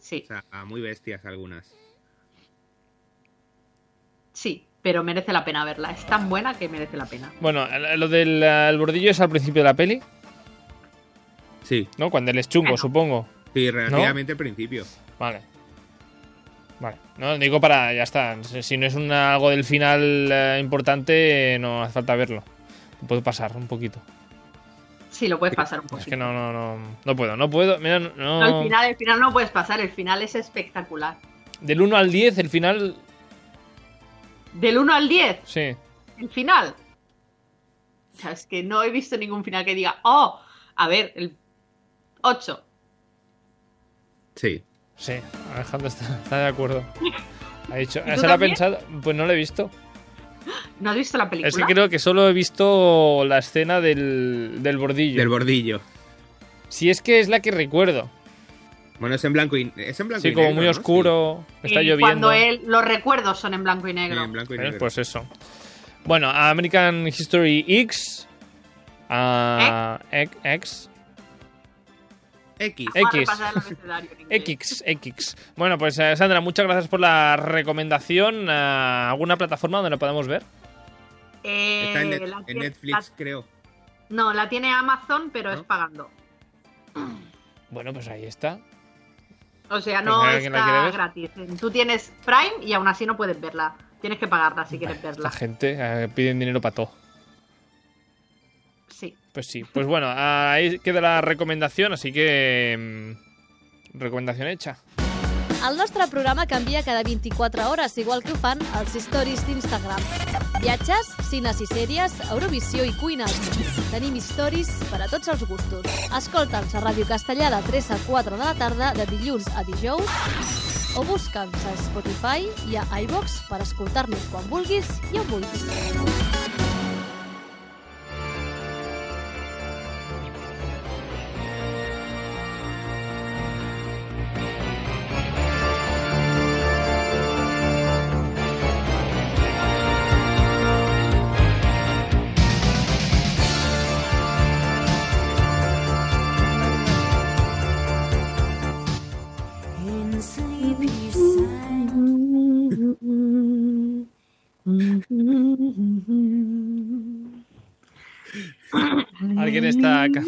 Speaker 3: Sí,
Speaker 1: O sea, muy bestias algunas.
Speaker 3: sí, pero merece la pena verla. Es tan buena que merece la pena.
Speaker 2: Bueno, lo del eh, el bordillo es al principio de la peli,
Speaker 1: Sí,
Speaker 2: ¿no? Cuando él es chungo,
Speaker 3: Bueno.
Speaker 2: supongo.
Speaker 1: sí, relativamente al principio.
Speaker 2: Vale. Vale. No, digo para, ya está. Si si no es una- algo del final eh, importante, eh, no hace falta verlo. Puedo pasar un poquito.
Speaker 3: Sí, lo puedes pasar un
Speaker 2: Es
Speaker 3: poquito.
Speaker 2: que no, no, no. No puedo, no puedo. Mira, no- no-
Speaker 3: No, el final, el final no puedes pasar, el final es espectacular.
Speaker 2: Del 1 al 10, el final.
Speaker 3: Del 1 al 10,
Speaker 2: Sí.
Speaker 3: el final. O sea, es que no he visto ningún final que diga, oh, a ver, el 8.
Speaker 1: Sí.
Speaker 2: Sí. Alejandro está, está de acuerdo. Ha dicho.
Speaker 3: ¿Y tú
Speaker 2: ¿Se lo ha
Speaker 3: también?
Speaker 2: pensado? Pues no lo he visto.
Speaker 3: ¿No has visto la película?
Speaker 2: Es que creo que solo he visto la escena del, del bordillo.
Speaker 1: Del bordillo.
Speaker 2: Si es que es la que recuerdo.
Speaker 1: Bueno, es en blanco y es en blanco
Speaker 2: Sí,
Speaker 1: y
Speaker 2: como
Speaker 1: negro,
Speaker 2: muy
Speaker 1: ¿no?
Speaker 2: oscuro. Está
Speaker 3: Y
Speaker 2: lloviendo.
Speaker 3: Cuando él, los recuerdos son en blanco y
Speaker 1: Sí,
Speaker 3: negro.
Speaker 1: en blanco y
Speaker 2: Eh,
Speaker 1: negro.
Speaker 2: Pues eso. Bueno, American History X. ah, X. X.
Speaker 1: X.
Speaker 2: Eh.
Speaker 3: Vamos a
Speaker 2: X.
Speaker 3: repasar el abecedario en inglés.
Speaker 2: X, X. Bueno, pues eh, Sandra, muchas gracias por la recomendación. Ah, ¿Alguna plataforma donde la podamos ver?
Speaker 3: Eh,
Speaker 1: Está en, Net-
Speaker 3: la
Speaker 1: en
Speaker 3: tiene-
Speaker 1: Netflix, creo.
Speaker 3: la- no, la tiene Amazon, pero
Speaker 1: ¿No?
Speaker 3: es pagando.
Speaker 2: Bueno, pues ahí está.
Speaker 3: O sea,
Speaker 2: Pues
Speaker 3: no
Speaker 2: nada, ¿quién la quiere
Speaker 3: está
Speaker 2: ver?
Speaker 3: gratis. Tú tienes Prime y aún así no puedes verla. Tienes que pagarla si quieres
Speaker 2: Esta
Speaker 3: verla.
Speaker 2: gente eh, piden dinero para todo.
Speaker 3: Sí.
Speaker 2: Pues sí. Pues bueno, ahí queda la recomendación, así que. mm, recomendación hecha.
Speaker 4: El nostre programa canvia cada 24 hores, igual que ho fan els stories d'Instagram. Viatges, cines i sèries, Eurovisió i cuina. Tenim stories per a tots els gustos. Escolta'ns a Ràdio Castellà de 3 a 4 de la tarda, de dilluns a dijous, o busca'ns a Spotify i a iVox per escoltar-nos quan vulguis i on vulguis.
Speaker 5: In sleepy silence,
Speaker 2: Alguien está acá.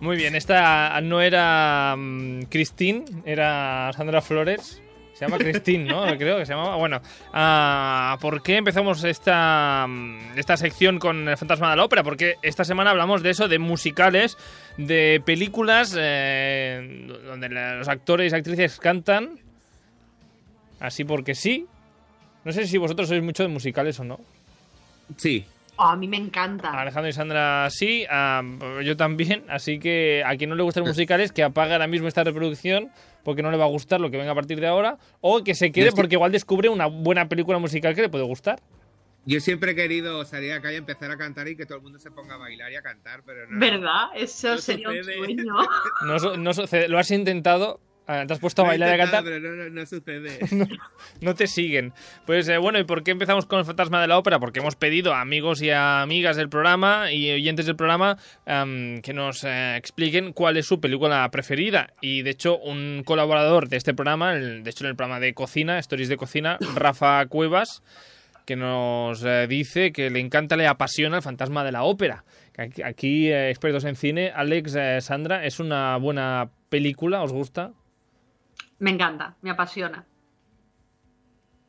Speaker 2: Muy bien, esta no era mm, Christine, era Sandra Flores. Se llama Christine, ¿no? Creo que se llamaba. Bueno, ah, ¿por qué empezamos esta, mm, esta sección con el fantasma de la ópera? Porque esta semana hablamos de eso, de musicales, de películas eh, donde la- los actores y actrices cantan. Así porque sí. No sé si vosotros sois mucho de musicales o no.
Speaker 1: Sí.
Speaker 3: Oh, a mí me encanta.
Speaker 2: Alejandro y Sandra sí, ah, yo también, así que a quien no le gustan los musicales que apague ahora mismo esta reproducción porque no le va a gustar lo que venga a partir de ahora o que se quede
Speaker 1: Es que-
Speaker 2: porque igual descubre una buena película musical que le puede gustar.
Speaker 1: Yo siempre he querido salir a la calle, empezar a cantar y que todo el mundo se ponga a bailar y a cantar, pero no.
Speaker 3: ¿Verdad? Eso
Speaker 1: No
Speaker 3: sería un
Speaker 1: sucede.
Speaker 3: sueño.
Speaker 2: No, su- no sucede. lo has intentado, ah, te has puesto
Speaker 1: Lo
Speaker 2: a
Speaker 1: he
Speaker 2: bailar y a
Speaker 1: intentado,
Speaker 2: cantar,
Speaker 1: Pero no, no- no sucede.
Speaker 2: no te siguen. Pues eh, bueno, ¿y por qué empezamos con el fantasma de la ópera? Porque hemos pedido a amigos y a amigas del programa y oyentes del programa am, que nos eh, expliquen cuál es su película preferida. Y de hecho, un colaborador de este programa, el- de hecho en el programa de cocina, Stories de Cocina, Rafa Cuevas, que nos eh, dice que le encanta, le apasiona el fantasma de la ópera. Que Aquí, aquí, eh, expertos en cine, Alex, eh, Sandra, ¿es una buena película? ¿Os gusta?
Speaker 3: Me encanta, me apasiona.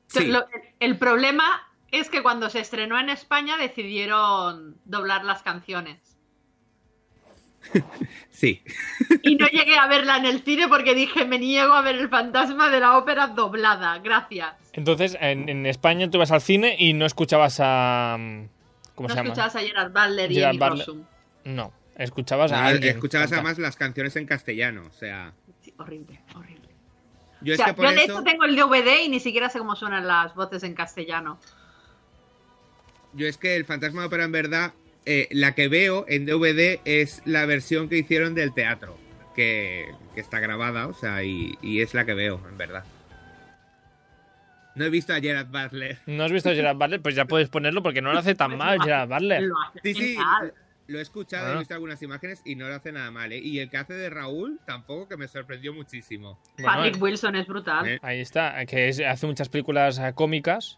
Speaker 1: Sí.
Speaker 3: Lo- el problema es que cuando se estrenó en España decidieron doblar las canciones.
Speaker 1: Sí.
Speaker 3: Y no llegué a verla en el cine porque dije, me niego a ver el fantasma de la ópera doblada. Gracias.
Speaker 2: Entonces, en, en España tú ibas al cine y no escuchabas a. mm, ¿Cómo
Speaker 3: No
Speaker 2: se llama?
Speaker 3: escuchabas a Gerard Butler y
Speaker 2: Gerard
Speaker 3: Amy
Speaker 2: Butler.
Speaker 3: Rossum.
Speaker 2: No, escuchabas a.
Speaker 1: No,
Speaker 2: alguien
Speaker 1: Ah, escuchabas
Speaker 2: cantar.
Speaker 1: además las canciones en castellano, o sea.
Speaker 3: Sí, horrible, horrible.
Speaker 1: Yo
Speaker 3: O
Speaker 1: es
Speaker 3: sea,
Speaker 1: que por
Speaker 3: yo de
Speaker 1: eso.
Speaker 3: hecho tengo el DVD y ni siquiera sé cómo suenan las voces en castellano.
Speaker 1: Yo es que el Fantasma de Ópera en verdad, eh, la que veo en DVD es la versión que hicieron del teatro, que, que está grabada, o sea, y, y es la que veo, en verdad. No he visto a Gerard Butler.
Speaker 2: ¿No has visto a Gerard Butler? Pues ya puedes ponerlo porque no lo hace tan
Speaker 3: Pues
Speaker 2: mal
Speaker 3: lo hace-
Speaker 2: Gerard Butler.
Speaker 3: Lo hace
Speaker 1: Sí, sí,
Speaker 3: genial.
Speaker 1: lo he escuchado,
Speaker 2: Ah.
Speaker 1: he visto algunas imágenes y no lo hace nada mal, ¿eh? Y el que hace de Raúl tampoco, que me sorprendió muchísimo.
Speaker 2: Bueno,
Speaker 3: Patrick Wilson es brutal.
Speaker 1: Eh,
Speaker 2: ahí está, que es- hace muchas películas eh, cómicas.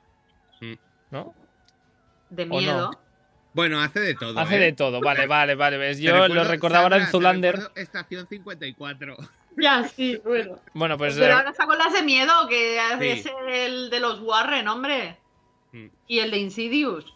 Speaker 1: Sí.
Speaker 2: ¿No?
Speaker 3: De
Speaker 2: no?
Speaker 3: miedo.
Speaker 1: Bueno, hace de todo.
Speaker 2: Hace
Speaker 1: ¿eh?
Speaker 2: de todo, vale, vale, vale. ves,
Speaker 1: Te
Speaker 2: Yo
Speaker 1: recuerdo-
Speaker 2: lo recordaba ahora en
Speaker 1: Sandra, te
Speaker 2: Zulander.
Speaker 1: recuerdo Estación 54.
Speaker 3: Ya, sí, bueno.
Speaker 2: Bueno, pues.
Speaker 3: Pero
Speaker 2: eh,
Speaker 3: ahora está con las de miedo, que
Speaker 1: Sí.
Speaker 3: es el de los Warren, hombre.
Speaker 1: Mm.
Speaker 3: Y el de Insidious.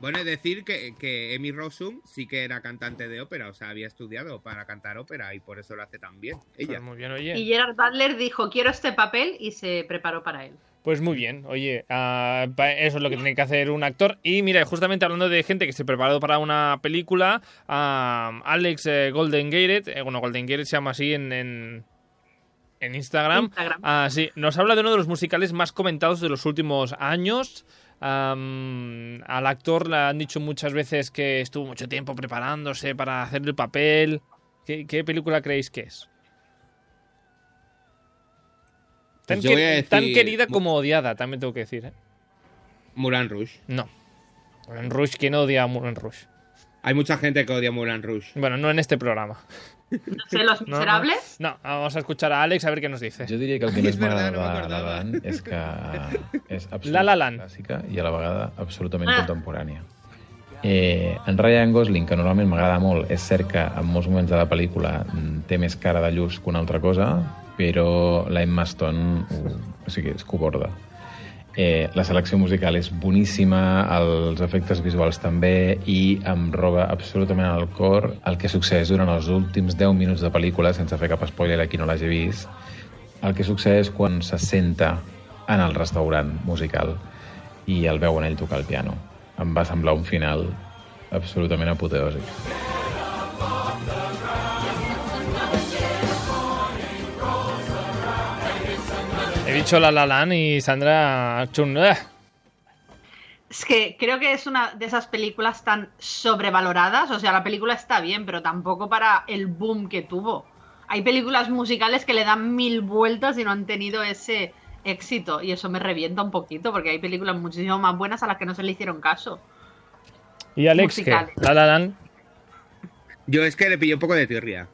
Speaker 1: Bueno, es decir que, que Amy Rossum sí que era cantante de ópera, o sea, había estudiado para cantar ópera y por eso lo hace tan bien
Speaker 2: pues
Speaker 1: ella.
Speaker 2: muy bien, oye.
Speaker 3: Y Gerard Butler dijo, quiero este papel y se preparó para él.
Speaker 2: Pues muy bien, oye, ah, pa- eso es lo que tiene que hacer un actor. Y mira, justamente hablando de gente que se preparó para una película, ah, Alex eh, Golden Gated, eh, bueno, Golden Gated se llama así en, en, en Instagram.
Speaker 3: Instagram.
Speaker 2: Ah, sí, nos habla de uno de los musicales más comentados de los últimos años. Am, al actor le han dicho muchas veces que estuvo mucho tiempo preparándose para hacer el papel. ¿Qué, qué película creéis que es? Tan,
Speaker 1: Pues yo voy a
Speaker 2: que- tan
Speaker 1: decir-
Speaker 2: querida como odiada, también tengo que decir. ¿eh?
Speaker 1: Moulin Rouge.
Speaker 2: No. Moulin Rouge, ¿quién odia a Moulin Rouge?
Speaker 1: Hay mucha gente que odia Moulin Rouge.
Speaker 2: Bueno, no en este programa.
Speaker 3: No sé, Los
Speaker 2: No, no.
Speaker 3: Miserables.
Speaker 2: No, vamos a escuchar a Alex a ver qué nos dice.
Speaker 6: Jo diria que el que més
Speaker 1: És
Speaker 6: m'agrada
Speaker 1: verdad,
Speaker 6: de
Speaker 1: no
Speaker 6: la La
Speaker 1: m'acordava.
Speaker 6: Land és que és
Speaker 2: La La
Speaker 6: absolutament
Speaker 2: Land.
Speaker 6: clàssica i a la vegada absolutament
Speaker 3: Ah.
Speaker 6: contemporània. Eh, en Ryan Gosling, que normalment m'agrada molt, és cert que en molts moments de la pel·lícula mm, té més cara de lluç que una altra cosa, però la Emma Stone ho, o sigui, es coborda. Eh, la selecció musical és boníssima, els efectes visuals també, i em roba absolutament al cor el que succeeix durant els últims 10 minuts de pel·lícula, sense fer cap spoiler a qui no l'hagi vist, el que succeeix quan se senta en el restaurant musical i el veuen ell tocar el piano. Em va semblar un final absolutament apoteòsic.
Speaker 2: He dicho La La Land y Sandra ha hecho un, "Ah".
Speaker 3: Es que creo que es una de esas películas tan sobrevaloradas. O sea, la película está bien, pero tampoco para el boom que tuvo. Hay películas musicales que le dan mil vueltas y no han tenido ese éxito. Y eso me revienta un poquito, porque hay películas muchísimo más buenas a las que no se le hicieron caso.
Speaker 2: ¿Y Alex qué?
Speaker 3: Musicales.
Speaker 2: La La Land.
Speaker 1: Yo es que le pillé un poco de tirria.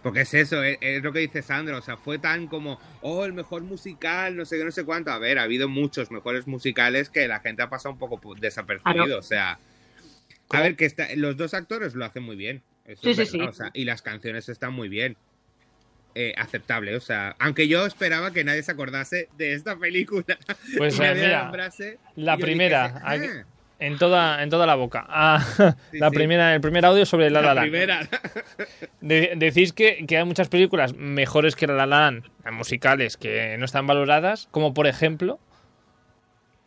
Speaker 1: Porque es eso, es, es lo que dice Sandra, o sea, fue tan como, oh, el mejor musical, no sé qué, no sé cuánto. A ver, ha habido muchos mejores musicales que la gente ha pasado un poco pu- pues, desapercibido,
Speaker 3: Claro.
Speaker 1: o sea, A ver, que está- los dos actores lo hacen muy bien. Eso
Speaker 3: Sí,
Speaker 1: es
Speaker 3: sí,
Speaker 1: verdad,
Speaker 3: sí.
Speaker 1: o sea, y las canciones están muy bien. Eh, aceptable, o sea, aunque yo esperaba que nadie se acordase de esta película.
Speaker 2: Pues,
Speaker 1: Y nadie
Speaker 2: eh, mira,
Speaker 1: nombrase,
Speaker 2: la
Speaker 1: y yo
Speaker 2: primera,
Speaker 1: dijese,
Speaker 2: aquí-
Speaker 1: "Ah,
Speaker 2: En toda, en toda la boca. Ah, la
Speaker 1: sí.
Speaker 2: primera, el primer audio sobre La
Speaker 1: la,
Speaker 2: La, Land.
Speaker 1: primera.
Speaker 2: De- decís que, que hay muchas películas mejores que La La Land, musicales que no están valoradas, como por ejemplo.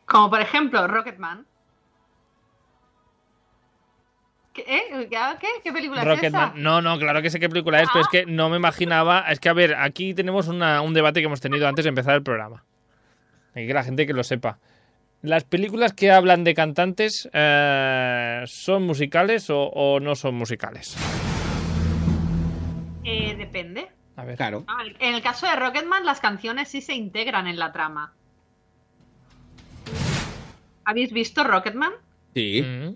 Speaker 3: Como por ejemplo Rocketman. ¿Qué, eh? ¿Qué, qué, qué película es esa?
Speaker 2: Rocketman. mm. No, no, claro que sé qué película es, pero es que no me imaginaba. Es que, a ver, aquí tenemos una- un debate que hemos tenido antes de empezar el programa. Y que la gente que lo sepa. ¿Las películas que hablan de cantantes eh, son musicales o, o no son musicales?
Speaker 3: Eh, depende.
Speaker 2: A ver.
Speaker 1: Claro.
Speaker 3: No, En el caso de Rocketman, las canciones sí se integran en la trama. ¿Habéis visto Rocketman?
Speaker 1: Sí.
Speaker 2: Mm.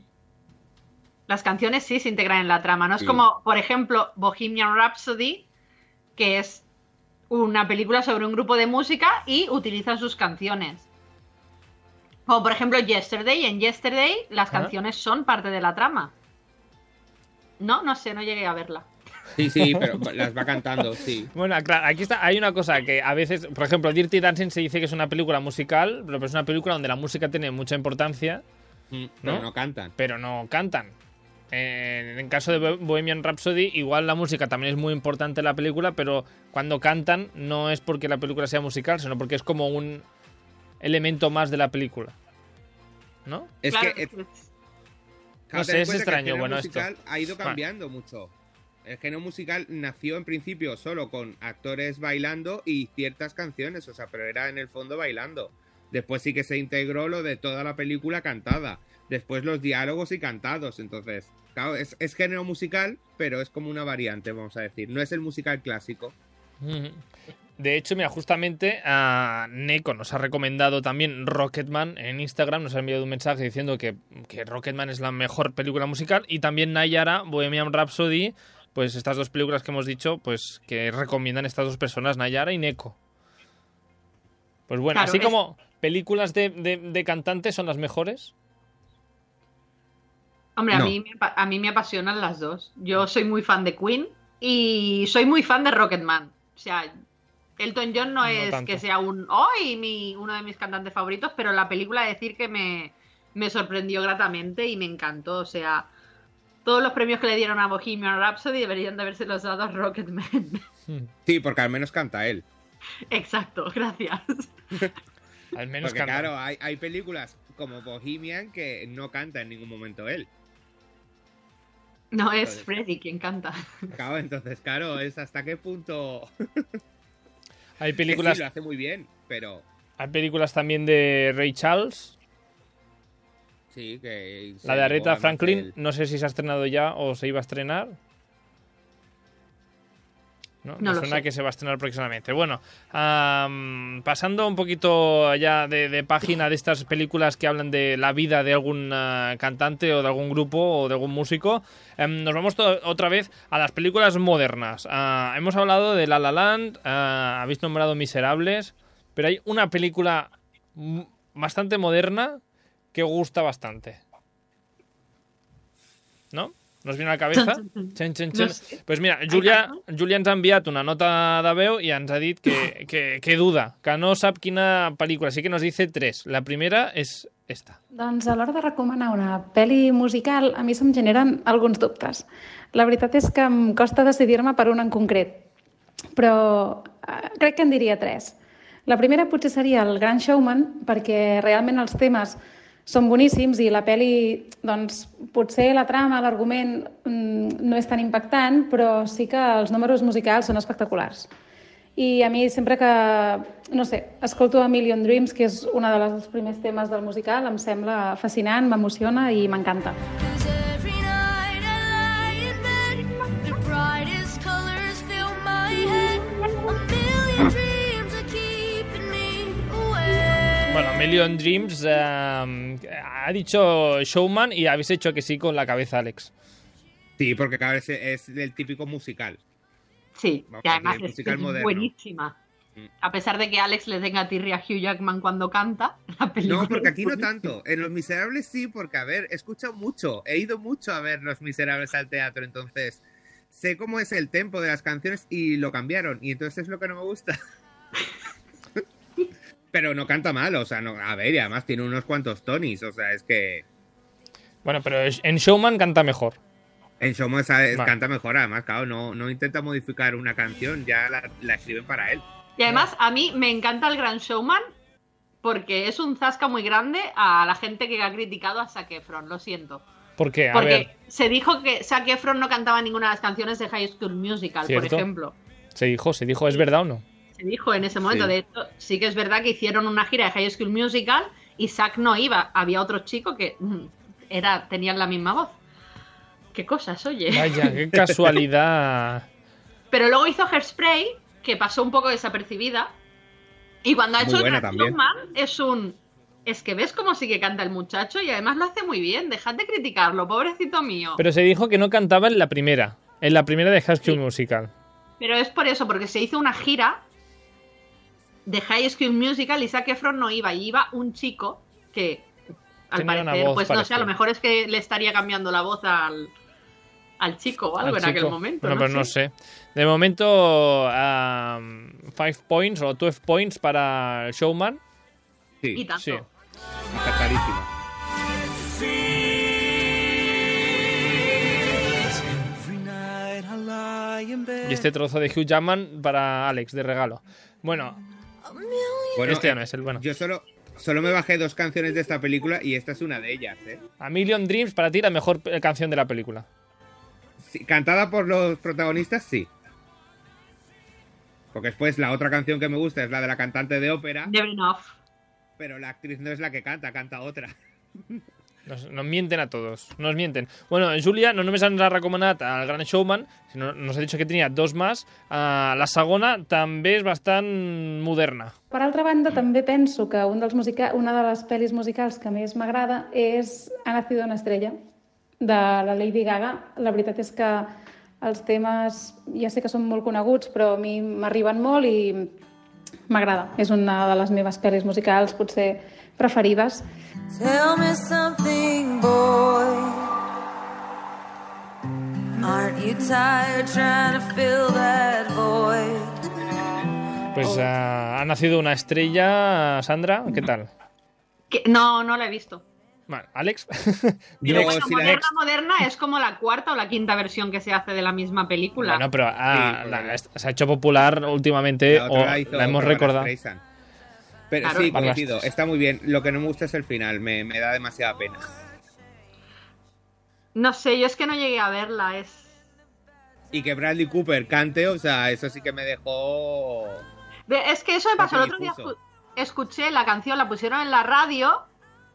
Speaker 3: Las canciones sí se integran en la trama. No es
Speaker 1: Sí.
Speaker 3: como, por ejemplo, Bohemian Rhapsody, que es una película sobre un grupo de música y utilizan sus canciones. Como por ejemplo Yesterday. En Yesterday las
Speaker 2: Ajá.
Speaker 3: canciones son parte de la trama. No, no sé, no llegué a verla.
Speaker 1: Sí, sí, pero las va cantando, sí.
Speaker 2: Bueno, claro, aquí está, hay una cosa que a veces, por ejemplo, Dirty Dancing se dice que es una película musical, pero es una película donde la música tiene mucha importancia,
Speaker 1: Mm,
Speaker 2: ¿No?
Speaker 1: Pero no cantan.
Speaker 2: pero no cantan. Eh, En el caso de Bo- Bohemian Rhapsody, igual la música también es muy importante en la película, pero cuando cantan no es porque la película sea musical, sino porque es como un elemento más de la película. ¿No?
Speaker 1: Es
Speaker 3: Claro,
Speaker 1: que eh,
Speaker 3: pues,
Speaker 1: Claro,
Speaker 2: No sé,
Speaker 1: ten en cuenta
Speaker 2: es
Speaker 1: que el
Speaker 2: extraño,
Speaker 1: género
Speaker 2: bueno,
Speaker 1: musical ha ido
Speaker 2: Vale.
Speaker 1: cambiando mucho. El género musical nació en principio solo con actores bailando y ciertas canciones, o sea, pero era en el fondo bailando. Después sí que se integró lo de toda la película cantada. Después los diálogos y cantados. Entonces, claro, es, es género musical, pero es como una variante, vamos a decir. No es el musical clásico.
Speaker 2: Ujú. De hecho, mira, justamente a Neko nos ha recomendado también Rocketman en Instagram. Nos ha enviado un mensaje diciendo que, que Rocketman es la mejor película musical. Y también Nayara, Bohemian Rhapsody. Pues estas dos películas que hemos dicho, pues que recomiendan estas dos personas, Nayara y Neko. Pues bueno,
Speaker 3: Claro,
Speaker 2: así
Speaker 3: es-
Speaker 2: como películas de, de- de cantantes son las mejores.
Speaker 3: Hombre,
Speaker 1: No.
Speaker 3: a, mí, me apa- a mí me apasionan las dos. Yo soy muy fan de Queen y soy muy fan de Rocketman. O sea, Elton John no,
Speaker 2: No
Speaker 3: es
Speaker 2: tanto.
Speaker 3: que sea un hoy mi, uno de mis cantantes favoritos, pero la película decir que me, me sorprendió gratamente y me encantó. O sea, todos los premios que le dieron a Bohemian Rhapsody deberían de haberse los dado a Rocketman.
Speaker 1: Sí, porque al menos canta él.
Speaker 3: Exacto, gracias.
Speaker 2: Al menos
Speaker 1: porque
Speaker 2: cantan.
Speaker 1: claro, hay, hay películas como Bohemian que no canta en ningún momento él.
Speaker 3: No es
Speaker 1: Vale.
Speaker 3: Freddy quien canta.
Speaker 1: Claro, entonces, claro, es hasta qué punto Que sí,
Speaker 2: Hay películas,
Speaker 1: lo hace muy bien, pero
Speaker 2: hay películas también de Ray Charles.
Speaker 1: sí que. se
Speaker 2: La de
Speaker 1: negó
Speaker 2: Aretha
Speaker 1: a
Speaker 2: Franklin,
Speaker 1: meter
Speaker 2: no sé si se ha estrenado ya o se iba a estrenar. No,
Speaker 3: No
Speaker 2: me
Speaker 3: lo
Speaker 2: suena
Speaker 3: sé.
Speaker 2: que se va a estrenar próximamente. Bueno, am, pasando un poquito ya de, de página de estas películas que hablan de la vida de algún ah, cantante o de algún grupo o de algún músico, em, nos vamos to- otra vez a las películas modernas. Ah, hemos hablado de La La Land, ah, habéis nombrado Miserables, pero hay una película mm, bastante moderna que gusta bastante. ¿No? ¿Nos viene a la cabeza? Chen, chen, chen.
Speaker 3: No sé.
Speaker 2: Pues mira, Julia, Julia ens ha enviat una nota de veu i ens ha dit que, que, que duda, que no sap quina pel·lícula. Sí que nos dice tres. La primera és esta.
Speaker 7: Doncs a l'hora de recomanar una pel·li musical, a mi se'm generen alguns dubtes. La veritat és que em costa decidir-me per una en concret, però eh, crec que en diria tres. La primera potser seria el Gran Showman, perquè realment els temes són boníssims i la pel·li, doncs, potser la trama, l'argument mm, no és tan impactant, però sí que els números musicals són espectaculars. I a mi sempre que, no sé, escolto A Million Dreams, que és un dels primers temes del musical, em sembla fascinant, m'emociona i m'encanta.
Speaker 5: Cause every night I lie in bed, the brightest colors fill my head. A million dreams are keeping me away.
Speaker 2: Bueno, Million Dreams eh, ha dicho Showman y habéis hecho que sí con la cabeza, Alex.
Speaker 1: el- Sí, porque cada vez es el típico musical.
Speaker 3: Sí,
Speaker 1: Vamos
Speaker 3: y
Speaker 1: a
Speaker 3: además
Speaker 1: decir,
Speaker 3: es
Speaker 1: musical moderno. Mm.
Speaker 3: buenísima. A pesar de que Alex le tenga tirria a Hugh Jackman cuando canta, la película.
Speaker 1: No, porque aquí no tanto. En Los Miserables sí, porque, a ver, he escuchado mucho, he ido mucho a ver Los Miserables al teatro, entonces sé cómo es el tempo de las canciones y lo cambiaron, y entonces es lo que no me gusta. Pero no canta mal, o sea, no, a ver, y además tiene unos cuantos Tonys, o sea, es que
Speaker 2: Bueno, pero en Showman canta mejor.
Speaker 1: en Showman sabe-
Speaker 2: Vale.
Speaker 1: canta mejor, además, claro, no, no intenta modificar una canción, ya la, la escriben para él.
Speaker 3: Y además, a mí me encanta el Gran Showman porque es un zasca muy grande a la gente que ha criticado a Zac Efron, lo siento.
Speaker 2: ¿Por qué? A ver,
Speaker 3: Porque se dijo que Zac Efron no cantaba ninguna de las canciones de High School Musical,
Speaker 2: Cierto.
Speaker 3: por ejemplo.
Speaker 2: se dijo, se dijo, ¿es verdad o no?
Speaker 3: Se dijo en ese momento.
Speaker 1: Sí.
Speaker 3: De hecho, sí que es verdad que hicieron una gira de High School Musical y Zac no iba. Había otro chico que mm, era, tenían la misma voz. Qué cosas, oye.
Speaker 2: Vaya, qué casualidad.
Speaker 3: Pero luego hizo Hairspray, que pasó un poco desapercibida. Y cuando ha
Speaker 1: Muy
Speaker 3: hecho el
Speaker 1: buena
Speaker 3: Gran
Speaker 1: también.
Speaker 3: Showman, es un. Es que ves cómo sí que canta el muchacho y además lo hace muy bien. Dejad de criticarlo, pobrecito mío. Pero,
Speaker 2: Pero se dijo que no cantaba en la primera, en la primera de High School Musical.
Speaker 3: es por eso, porque se hizo una gira de High School Musical y Zac Efron no iba. Y iba un chico que, al
Speaker 2: Tenía una
Speaker 3: parecer,
Speaker 2: voz
Speaker 3: pues no sé, a lo
Speaker 2: parecida.
Speaker 3: mejor es que le estaría cambiando la voz al, al chico o algo
Speaker 2: Al
Speaker 3: en aquel
Speaker 2: chico.
Speaker 3: momento.
Speaker 2: Bueno,
Speaker 3: no
Speaker 2: pero no sé. De momento, 5 points o 12 points para Showman.
Speaker 3: Y
Speaker 1: Sí,
Speaker 3: tanto.
Speaker 2: Sí.
Speaker 1: está clarísimo.
Speaker 2: Y este trozo de Hugh Jackman para Alex, de regalo. Bueno,
Speaker 1: Bueno,
Speaker 2: este ya no
Speaker 1: eh,
Speaker 2: es el bueno.
Speaker 1: Yo solo, solo me bajé dos canciones de esta película y esta es una de ellas, ¿eh?
Speaker 2: A Million Dreams, para ti, la mejor eh, canción de la película.
Speaker 1: Sí, cantada por los protagonistas, sí. Porque después la otra canción que me gusta es la de la cantante de ópera,
Speaker 3: Never enough.
Speaker 1: pero la actriz no es la que canta, canta otra.
Speaker 2: Nos, nos mienten a todos, nos mienten. Bueno, Julia no només ens ha recomanat el Gran Showman, sinó nos ha dicho que tenia dos más. Eh, la segona també és bastant moderna.
Speaker 7: Per altra banda, també penso que un dels musica... una de les pel·lis musicals que més m'agrada és Ha nacido una estrella, de la Lady Gaga. La veritat és que els temes ja sé que són molt coneguts, però a mi m'arriben molt i m'agrada. És una de les meves pel·lis musicals potser preferides.
Speaker 5: Tell me something, boy. Aren't you tired trying to fill that void?
Speaker 2: Pues eh, ha nacido una estrella, Sandra, ¿qué tal?
Speaker 3: Que- no, no la he visto.
Speaker 2: Vale, Alex.
Speaker 1: Yo,
Speaker 3: Bueno,
Speaker 1: si la,
Speaker 3: moderna, moderna es como la cuarta o la quinta versión que se hace de la misma película.
Speaker 2: Bueno, pero ah,
Speaker 1: Sí,
Speaker 2: la-
Speaker 1: bueno.
Speaker 2: se ha hecho popular últimamente,
Speaker 1: la
Speaker 2: Eh, o
Speaker 1: otra la hizo
Speaker 2: la hemos
Speaker 1: Barbra
Speaker 2: recordado.
Speaker 1: Streisand. Pero
Speaker 3: Claro.
Speaker 1: sí,
Speaker 2: Barbra
Speaker 1: coincido,
Speaker 2: Streisand.
Speaker 1: está muy bien. Lo que no me gusta es el final, me, me da demasiada pena.
Speaker 3: No sé, yo es que no llegué a verla. Es...
Speaker 1: Y que Bradley Cooper cante, o sea, eso sí que me dejó...
Speaker 3: Ve, es que eso me pasó. El otro día
Speaker 1: Difuso.
Speaker 3: escu- escuché la canción, la pusieron en la radio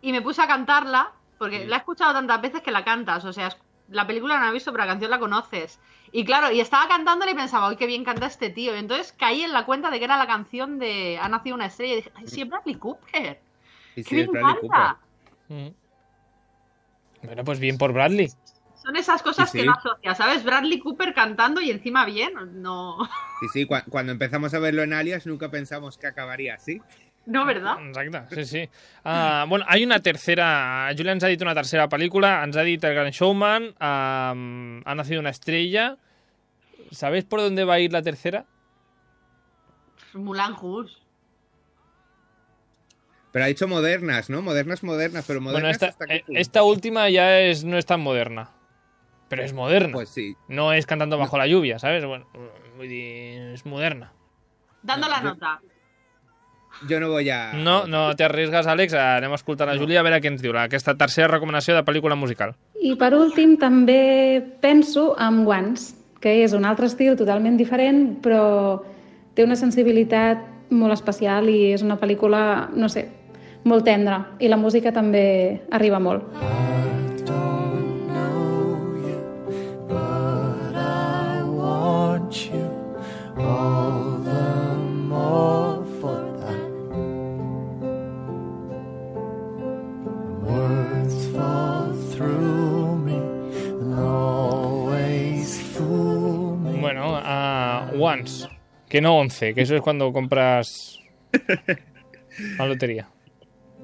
Speaker 3: y me puse a cantarla porque
Speaker 1: Sí.
Speaker 3: la he escuchado tantas veces que la cantas. O sea, es- la película no la he visto, pero la canción la conoces. Y claro, y estaba cantándola y pensaba, uy, qué bien canta este tío. Y entonces caí en la cuenta de que era la canción de Ha nacido una estrella. Y dije, ay, sí, es Bradley Cooper. ¡Qué
Speaker 1: Sí, sí,
Speaker 3: bien
Speaker 1: es Bradley Cooper.
Speaker 3: canta!
Speaker 2: Mm. Bueno, pues bien por Bradley.
Speaker 3: Son esas cosas
Speaker 1: Sí,
Speaker 3: que
Speaker 1: sí.
Speaker 3: no asocias, ¿sabes? Bradley Cooper cantando y encima bien. No,
Speaker 1: Sí, sí, cua- cuando empezamos a verlo en Alias nunca pensamos que acabaría así.
Speaker 3: no ¿verdad?
Speaker 2: Exacte, sí, sí. Ah, bueno, hay una tercera... Julia ens ha dit una tercera pel·lícula, ens ha dit El Gran Showman, ah, Ha nacido una estrella... ¿Sabéis por dónde va a ir la tercera? Mm.
Speaker 3: Mulan Rouge.
Speaker 1: Pero ha dicho modernas, ¿no? Modernas, modernas, pero
Speaker 2: Bueno,
Speaker 1: modernas
Speaker 2: esta,
Speaker 1: hasta qué
Speaker 2: eh,
Speaker 1: punto?
Speaker 2: esta última ya es, no es tan moderna. Pero es moderna.
Speaker 1: Pues sí,
Speaker 2: no es cantando bajo la lluvia, ¿sabes? Bueno, vull dir, es moderna.
Speaker 3: Dando la
Speaker 1: Yo-
Speaker 3: nota.
Speaker 1: yo no voy a...
Speaker 2: No, no t'arrisgues, Àlex. Anem a escoltar la Júlia a veure què ens diu la- aquesta tercera recomanació de pel·lícula musical.
Speaker 7: I per últim també penso en guants, que és un altre estil totalment diferent, però té una sensibilitat molt especial i és una pel·lícula, no sé, molt tendra. I la música també arriba molt.
Speaker 2: Bueno, uh, Once. Que no 11, que eso es cuando compras la lotería.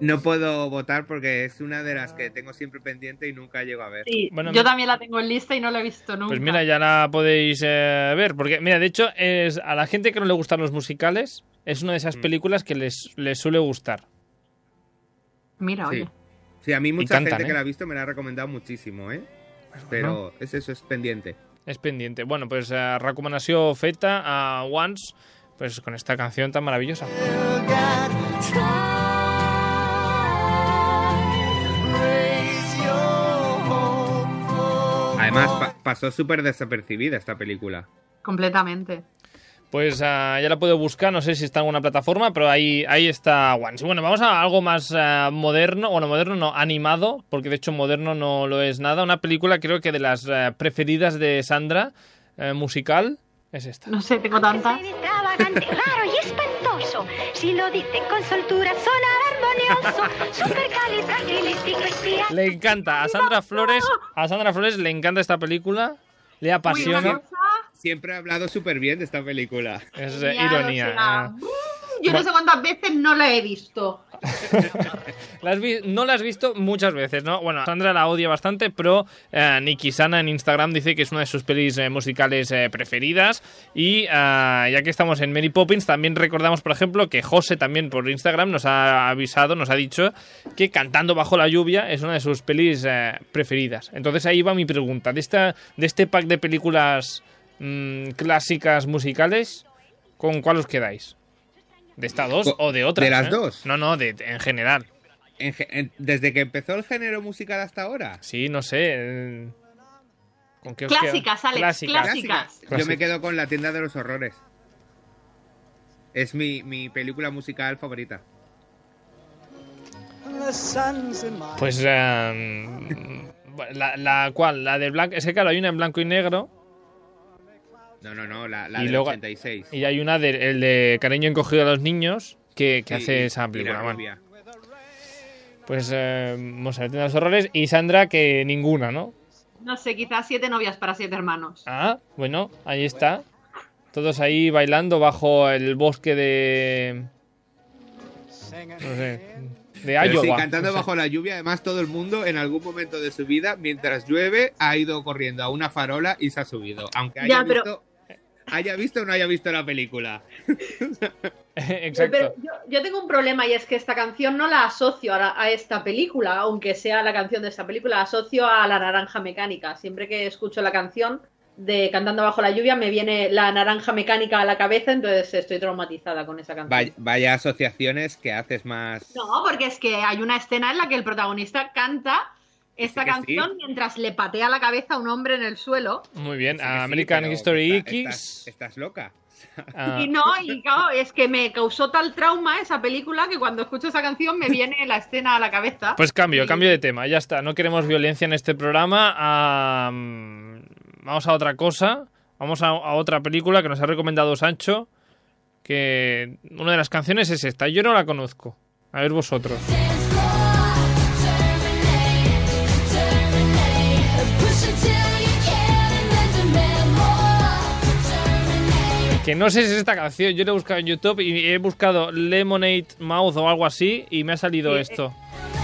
Speaker 1: No puedo votar porque es una de las que tengo siempre pendiente y nunca llego a ver.
Speaker 3: Sí,
Speaker 2: Bueno,
Speaker 3: yo
Speaker 2: mira.
Speaker 3: también la tengo en lista y no la he visto nunca.
Speaker 2: Pues mira, ya la podéis eh, ver. Porque, mira, de hecho, es a la gente que no le gustan los musicales, es una de esas
Speaker 1: Mm.
Speaker 2: películas que les, les suele gustar.
Speaker 3: Mira,
Speaker 1: Sí.
Speaker 3: oye.
Speaker 1: Sí, a mí mucha
Speaker 2: encantan,
Speaker 1: gente
Speaker 2: ¿eh? Pues
Speaker 1: que la ha visto me la ha recomendado muchísimo, ¿eh? Pero es eso, es pendiente.
Speaker 2: Es pendiente. Bueno, pues eh, recomanació feta a Once, pues con esta canción tan maravillosa.
Speaker 1: Además, pa- pasó súper desapercibida esta película.
Speaker 3: Completamente.
Speaker 2: Pues ah, ya la puedo buscar, no sé si está en alguna plataforma, pero ahí, ahí está Once. Y bueno, vamos a algo más ah, moderno, bueno, moderno no, animado, porque de hecho moderno no lo es nada. Una película creo que de las ah, preferidas de Sandra, eh, musical, es esta.
Speaker 3: No sé, tengo tantas.
Speaker 8: Soy extravagante, raro y espantoso. Si lo dicen con soltura, sonar armonioso. Supercalifragilístico,
Speaker 2: Le encanta, a Sandra Flores, a Sandra Flores le encanta esta película, le
Speaker 3: Uy, una
Speaker 2: apasiona.
Speaker 3: cosa,
Speaker 1: Siempre ha hablado súper bien de esta película.
Speaker 2: Es eh,
Speaker 3: genial, o
Speaker 2: ironía.
Speaker 3: sea,
Speaker 2: eh.
Speaker 3: Mm, Yo
Speaker 2: Bueno.
Speaker 3: no sé cuántas veces no la he visto.
Speaker 2: La has vi- no la has visto muchas veces, ¿no? Bueno, Sandra la odia bastante, pero eh, Nikki Sana en Instagram dice que es una de sus pelis eh, musicales eh, preferidas. Y ah, ya que estamos en Mary Poppins, también recordamos, por ejemplo, que José también por Instagram nos ha avisado, nos ha dicho que Cantando bajo la lluvia es una de sus pelis eh, preferidas. Entonces ahí va mi pregunta. De, esta, de este pack de películas mm, clásicas musicales, ¿con cuál os quedáis? ¿De estas dos
Speaker 1: Co-
Speaker 2: o de otras?
Speaker 1: de las
Speaker 2: eh?
Speaker 1: dos.
Speaker 2: No, no, de- de- en general.
Speaker 1: En ge- en- desde que empezó el género musical hasta ahora.
Speaker 2: Sí, no sé. eh, ¿Con qué os
Speaker 3: Clásicas,
Speaker 2: quedáis?
Speaker 3: Alex, clásicas.
Speaker 1: Yo me
Speaker 2: Clásicas.
Speaker 1: quedo con La tienda de los horrores. Es mi, mi película musical favorita.
Speaker 2: Pues. eh, la, la cual, la de blanco. Es que claro, hay una en blanco y negro
Speaker 1: No, no, no, la, la
Speaker 2: Y
Speaker 1: del
Speaker 2: luego-
Speaker 1: 86.
Speaker 2: y hay una de, el de Cariño encogido a los niños que, que
Speaker 1: Sí,
Speaker 2: hace
Speaker 1: y- y
Speaker 2: esa
Speaker 1: la
Speaker 2: película. Bueno,
Speaker 1: rubia.
Speaker 2: pues. eh, vamos a ver, tiene los horrores. Y Sandra, que ninguna, ¿no?
Speaker 3: No sé, quizás siete novias para siete hermanos.
Speaker 2: Ah, bueno, ahí está. Todos ahí bailando bajo el bosque de. No sé. De
Speaker 1: Pero
Speaker 2: Iowa.
Speaker 1: sí, cantando
Speaker 2: No sé.
Speaker 1: bajo la lluvia, además todo el mundo en algún momento de su vida, mientras llueve, ha ido corriendo a una farola y se ha subido. Aunque haya,
Speaker 3: Ya, pero-
Speaker 1: visto, haya visto o no haya visto la película.
Speaker 2: Exacto.
Speaker 3: Pero yo, yo tengo un problema y es que esta canción no la asocio a, la- a esta película, aunque sea la canción de esta película, la asocio a la naranja mecánica. Siempre que escucho la canción de Cantando bajo la lluvia me viene la naranja mecánica a la cabeza, entonces estoy traumatizada con esa canción.
Speaker 1: Vaya, vaya asociaciones que haces más.
Speaker 3: No, porque es que hay una escena en la que el protagonista canta esta
Speaker 1: Sí que sí.
Speaker 3: canción mientras le patea la cabeza a un hombre en el suelo
Speaker 2: Muy bien,
Speaker 1: Sí que sí,
Speaker 2: American
Speaker 1: pero
Speaker 2: History
Speaker 1: está-
Speaker 2: X.
Speaker 1: Estás, estás loca.
Speaker 2: ah,
Speaker 3: Y no, y claro, es que me causó tal trauma esa película que cuando escucho esa canción me viene la escena a la cabeza.
Speaker 2: Pues cambio,
Speaker 3: Sí.
Speaker 2: cambio de tema, ya está. No queremos violencia en este programa. ah, mm, vamos a otra cosa. Vamos a, a otra película que nos ha recomendado Sancho. Que una de las canciones es esta. Yo no la conozco. A ver vosotros. Que no sé si es esta canción. Yo la he buscado en YouTube y he buscado Lemonade Mouth o algo así y me ha salido
Speaker 3: Sí, eh.
Speaker 2: esto.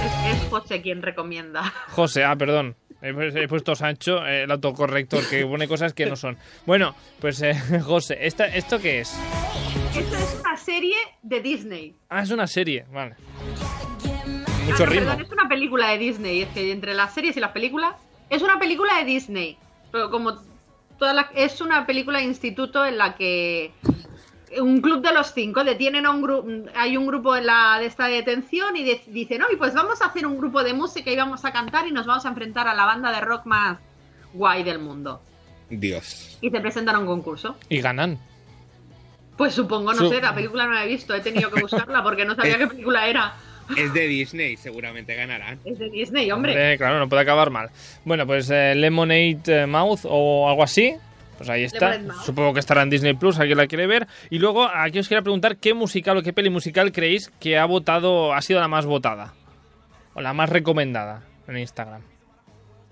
Speaker 3: Es, es José quien recomienda.
Speaker 2: José, ah, perdón. He, pu- he puesto Sancho, eh, el autocorrector, que pone cosas que no son. Bueno, pues eh, José, esta, ¿esto qué es?
Speaker 3: Esto es una serie de Disney.
Speaker 2: Ah, es una serie, vale.
Speaker 3: Ah, no,
Speaker 2: Mucho ritmo.
Speaker 3: Ah, Perdón, es una película de Disney. Es que entre las series y las películas es una película de Disney. Pero como todas las- es una película de instituto en la que un club de los cinco detienen a un grupo, hay un grupo en la de esta detención y de- dicen, oye, pues vamos a hacer un grupo de música y vamos a cantar y nos vamos a enfrentar a la banda de rock más guay del mundo.
Speaker 1: Dios.
Speaker 3: Y se presentan a un concurso.
Speaker 2: Y ganan.
Speaker 3: Pues supongo, no
Speaker 2: Su-
Speaker 3: sé, la película no la he visto, he tenido que buscarla porque no sabía qué película era.
Speaker 1: Es de Disney, seguramente ganarán.
Speaker 3: Es de Disney, hombre.
Speaker 2: Eh, claro, no puede acabar mal. Bueno, pues eh, Lemonade eh, Mouth o algo así. Pues ahí está.
Speaker 3: Lemonade Mouth.
Speaker 2: Supongo que estará en Disney Plus, alguien la quiere ver. Y luego aquí os quería preguntar qué musical o qué peli musical creéis que ha votado, ha sido la más votada. O la más recomendada en Instagram.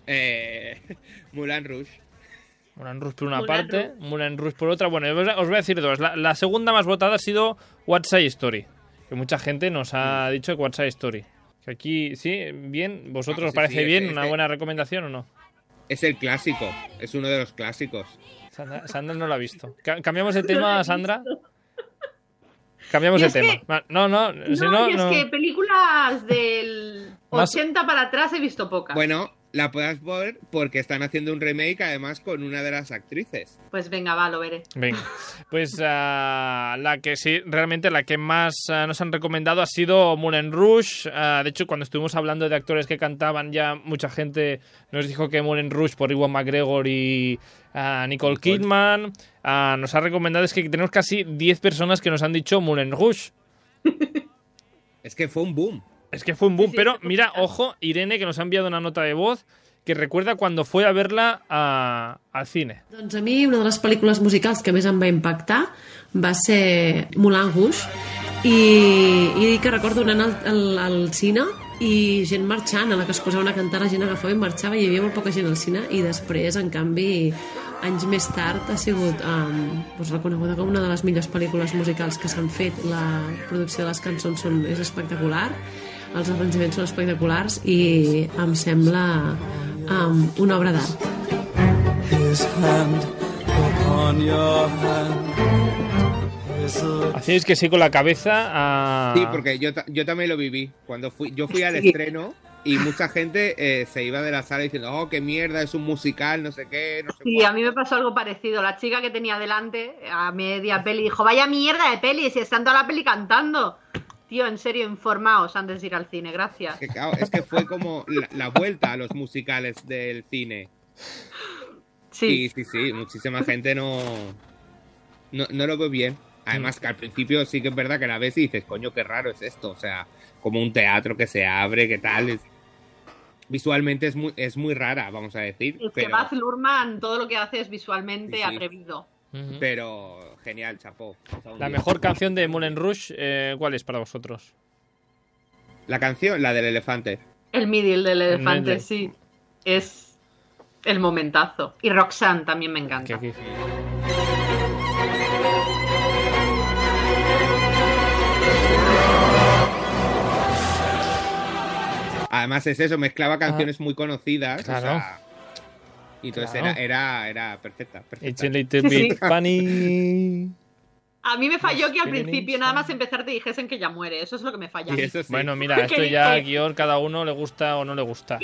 Speaker 1: Eh, Mulan Rouge.
Speaker 2: Moulin Rouge por una
Speaker 3: Moulin
Speaker 2: parte, Moulin Rouge por otra. Bueno, os os voy a decir dos. La, la segunda más votada ha sido WhatsApp Story. Que mucha gente nos ha
Speaker 1: Mm.
Speaker 2: dicho que WhatsApp Story. Que aquí, sí, bien. ¿Vosotros
Speaker 1: Ah,
Speaker 2: os
Speaker 1: sí,
Speaker 2: parece
Speaker 1: sí,
Speaker 2: bien?
Speaker 1: ese-
Speaker 2: ¿Una
Speaker 1: ese-
Speaker 2: buena recomendación o no?
Speaker 1: Es el clásico, es uno de los clásicos.
Speaker 2: Sandra, Sandra no la ha visto. Ca- ¿Cambiamos de tema, Sandra? Cambiamos
Speaker 3: Y
Speaker 2: de
Speaker 3: es
Speaker 2: tema.
Speaker 3: que-
Speaker 2: Va, No, no,
Speaker 3: No,
Speaker 2: si no,
Speaker 3: y es
Speaker 2: no.
Speaker 3: que películas del
Speaker 2: Más-
Speaker 3: 80 para atrás he visto pocas.
Speaker 1: Bueno, la puedas ver porque están haciendo un remake además con una de las actrices.
Speaker 3: Pues venga, va, lo veré.
Speaker 2: Venga, pues ah, la que sí, realmente la que más ah, nos han recomendado ha sido Moulin Rouge. Ah, de hecho, cuando estuvimos hablando de actores que cantaban, ya mucha gente nos dijo que Moulin Rouge por Iwan McGregor y ah, Nicole Kidman. Ah, nos ha recomendado, es que tenemos casi 10 personas que nos han dicho Moulin Rouge.
Speaker 1: Es que fue un boom.
Speaker 2: Es que fue un boom,
Speaker 3: Sí, sí,
Speaker 2: pero
Speaker 3: fue
Speaker 2: mira,
Speaker 3: brutal.
Speaker 2: ojo, Irene que nos ha enviado una nota de voz que recuerda cuando fue a verla a- al cine.
Speaker 9: Doncs a mi una de les pel·lícules musicals que més em va impactar va ser Moulin Rouge i, i dic que recordo anant al, al, al cine i gent marxant, a la que es posaven a cantar la gent agafava i marxava, hi havia molt poca gent al cine i després, en canvi, anys més tard ha sigut um, doncs reconeguda com una de les millors pel·lícules musicals que s'han fet la producció de les cançons són, és espectacular els arranjaments són espectaculars i em sembla um, una obra d'art
Speaker 2: Así es que sí con la cabeza. ah,
Speaker 1: Sí, porque yo, ta- yo también lo viví. Cuando fui, yo fui al
Speaker 9: Sí.
Speaker 1: estreno y mucha gente eh, se iba de la sala diciendo, oh, qué mierda, es un musical, no sé qué, no sé
Speaker 3: Sí,
Speaker 1: cuál".
Speaker 3: a mí me pasó algo parecido. La chica que tenía delante, a media peli, dijo, vaya mierda de peli, si están toda la peli cantando. Tío, en serio, informaos antes de ir al cine, gracias.
Speaker 1: Que, claro, es que fue como la, la vuelta a los musicales del cine.
Speaker 3: Sí,
Speaker 1: Y sí, sí, muchísima gente no, no, no lo ve bien. Además que al principio sí que es verdad que la ves y dices, coño, qué raro es esto. O sea, como un teatro que se abre, qué tal. Es- visualmente es muy, es muy rara, vamos a decir.
Speaker 3: es que
Speaker 1: pero,
Speaker 3: Baz Luhrmann todo lo que hace es visualmente
Speaker 1: Sí, sí.
Speaker 3: atrevido.
Speaker 2: ujú.
Speaker 1: pero genial, chapó. O sea, un
Speaker 2: La
Speaker 1: día.
Speaker 2: mejor canción de Moulin Rouge, eh, ¿cuál es para vosotros?
Speaker 1: La canción, la del elefante.
Speaker 3: El middle del elefante,
Speaker 2: middle.
Speaker 3: sí. Es el momentazo. Y Roxanne también me encanta.
Speaker 2: Que- que-
Speaker 1: Además es eso, mezclaba canciones muy conocidas. o
Speaker 2: Ah. Claro.
Speaker 1: sea, y entonces
Speaker 2: Claro.
Speaker 1: era, era, era perfecta.
Speaker 2: It's
Speaker 1: perfecta.
Speaker 2: a little
Speaker 3: Sí, sí.
Speaker 2: bit funny.
Speaker 3: A mí me falló
Speaker 2: Los
Speaker 3: que al
Speaker 2: Pyrenees
Speaker 3: principio nada más
Speaker 2: son-
Speaker 3: empezar te dijesen que ya muere. Eso es lo que me falla. a
Speaker 1: Y
Speaker 3: mí.
Speaker 1: eso sí.
Speaker 2: Bueno, mira, esto
Speaker 3: Que
Speaker 2: ya
Speaker 3: dice-
Speaker 2: guión, cada uno le gusta o no le gusta.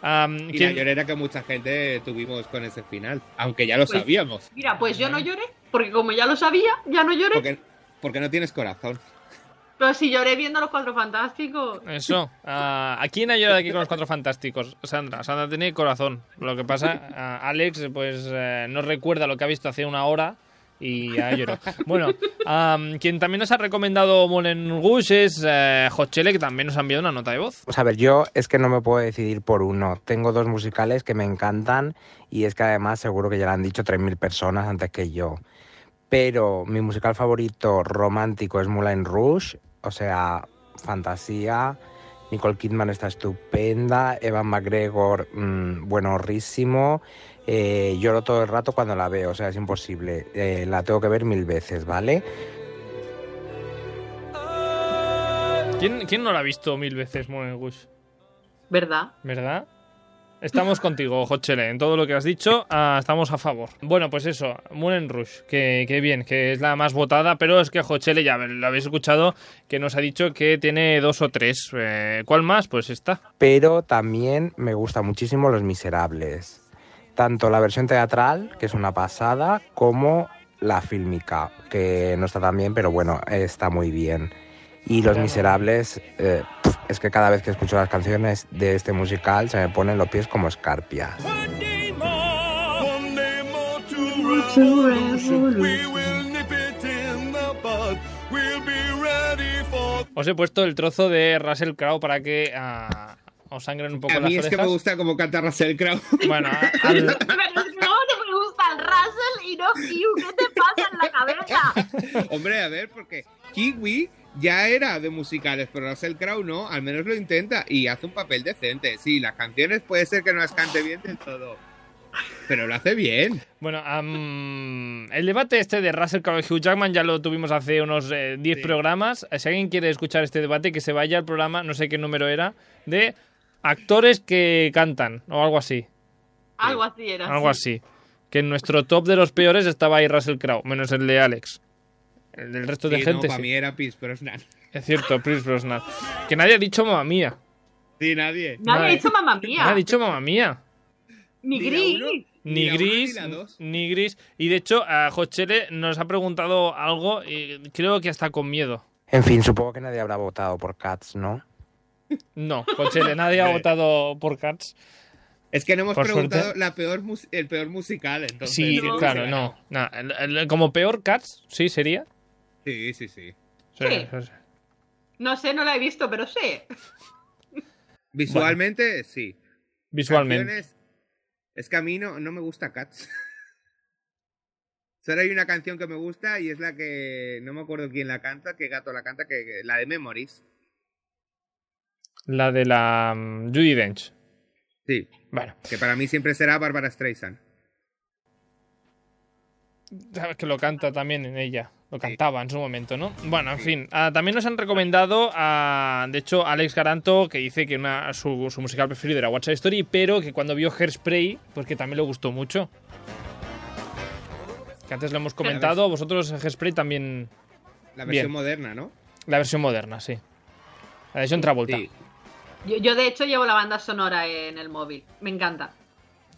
Speaker 2: Am,
Speaker 1: Y la
Speaker 2: ¿quién-
Speaker 1: llorera que mucha gente tuvimos con ese final, aunque ya lo
Speaker 3: Pues-
Speaker 1: sabíamos,
Speaker 3: Mira, pues yo no lloré, porque como ya lo sabía, ya no lloré.
Speaker 1: porque, porque no tienes corazón.
Speaker 3: Pero si lloré viendo los cuatro fantásticos.
Speaker 2: Eso. ah, ¿A quién ha llorado aquí con los cuatro fantásticos? Sandra. Sandra tiene corazón. Lo que pasa, ah, Alex, pues eh, no recuerda lo que ha visto hace una hora y ya lloró. Bueno, am, quien también nos ha recomendado Moulin Rouge es eh, Hochele, que también nos ha enviado una nota de voz.
Speaker 10: Pues a ver, yo es que no me puedo decidir por uno. Tengo dos musicales que me encantan y es que además seguro que ya lo han dicho 3.000 personas antes que yo. Pero mi musical favorito romántico es Moulin Rouge, o sea, fantasía. Nicole Kidman está estupenda, Evan McGregor, mm, buenorrísimo. Eh, lloro todo el rato cuando la veo, o sea, es imposible. Eh, la tengo que ver mil veces, ¿vale?
Speaker 2: ¿Quién, quién no la ha visto mil veces Moulin Rouge?
Speaker 3: ¿Verdad?
Speaker 2: ¿Verdad? Estamos contigo, Hochele, en todo lo que has dicho, ah, estamos a favor. Bueno, pues eso, Moulin Rush, que, que bien, que es la más votada, pero es que Hochele, ya lo habéis escuchado, que nos ha dicho que tiene dos o tres. Eh, ¿Cuál más? Pues esta.
Speaker 10: pero también me gusta muchísimo Los Miserables. Tanto la versión teatral, que es una pasada, como la fílmica, que no está tan bien, pero bueno, está muy bien. Y Los Miserables, eh, pf, es que cada vez que escucho las canciones de este musical se me ponen los pies como escarpias.
Speaker 2: Os he puesto el trozo de Russell Crowe para que ah, os sangren un poco
Speaker 1: A
Speaker 2: las
Speaker 1: mí es que me
Speaker 2: orejas.
Speaker 1: gusta como canta Russell Crowe.
Speaker 2: Bueno, a- al-
Speaker 3: Pero es que luego te gusta el Russell y no Hugh. ¿Qué te pasa en la cabeza?
Speaker 1: Hombre, a ver, porque Kiwi ya era de musicales, pero Russell Crowe no, al menos lo intenta y hace un papel decente. Sí, las canciones puede ser que no las cante bien del todo. Pero lo hace bien.
Speaker 2: Bueno, am, el debate este de Russell Crowe y Hugh Jackman ya lo tuvimos hace unos eh, 10 programas. Si alguien quiere escuchar este debate, que se vaya al programa, no sé qué número era, de actores que cantan o algo así.
Speaker 3: Algo así era.
Speaker 2: Algo
Speaker 3: sí.
Speaker 2: así. Que en nuestro top de los peores estaba ahí Russell Crowe, menos el de Alex. El del resto de
Speaker 1: Sí,
Speaker 2: gente.
Speaker 1: no, para
Speaker 2: sí.
Speaker 1: mí era Pierce Brosnan.
Speaker 2: Es cierto, Pierce Brosnan. Que nadie ha dicho mamá mía.
Speaker 1: Sí, nadie.
Speaker 3: Nadie ha
Speaker 2: Vale.
Speaker 3: dicho mamá
Speaker 2: Nadie
Speaker 3: mía.
Speaker 2: ha dicho mamá mía.
Speaker 3: Mi
Speaker 1: Ni la
Speaker 3: gris.
Speaker 1: uno,
Speaker 2: Ni
Speaker 1: la uno,
Speaker 2: gris,
Speaker 1: la dos.
Speaker 2: ni gris. Y de hecho, a Jochele nos ha preguntado algo y creo que hasta con miedo.
Speaker 10: En fin, supongo que nadie habrá votado por Cats, ¿no?
Speaker 2: No, Jochele, nadie ha
Speaker 1: Hombre.
Speaker 2: votado por Cats.
Speaker 1: Es que no hemos
Speaker 2: Por
Speaker 1: preguntado
Speaker 2: suerte.
Speaker 1: la peor mus- el peor musical, entonces.
Speaker 2: Sí,
Speaker 1: siempre
Speaker 2: claro,
Speaker 1: se
Speaker 2: no.
Speaker 1: gana.
Speaker 2: Nah, el- el- como peor Cats, sí, sería.
Speaker 1: Sí, sí, sí.
Speaker 2: Sí,
Speaker 3: Sí.
Speaker 2: sí, sí.
Speaker 3: No sé, no la he visto, pero sé.
Speaker 1: Visualmente, sí.
Speaker 2: Visualmente.
Speaker 1: Canciones- Es que a mí no, no me gusta Cats. Solo hay una canción que me gusta y es la que no me acuerdo quién la canta, qué gato la canta, que, que- la de Memories.
Speaker 2: La de la mm, Judy Dench.
Speaker 1: Sí,
Speaker 2: Bueno,
Speaker 1: que para mí siempre será Bárbara Streisand.
Speaker 2: sabes que lo canta también en ella. Lo cantaba en su momento, ¿no? Bueno, en fin. ah, también nos han recomendado, a, de hecho, Alex Garanto, que dice que una, su, su musical preferido era What's Side Story, pero que cuando vio Hairspray, pues que también le gustó mucho. Que antes lo hemos comentado, vosotros Hairspray también...
Speaker 1: La
Speaker 2: Bien.
Speaker 1: versión moderna, ¿no?
Speaker 2: La versión moderna, sí. La versión Travolta.
Speaker 1: Sí.
Speaker 3: Yo, yo, de hecho llevo la banda sonora en el móvil. Me encanta.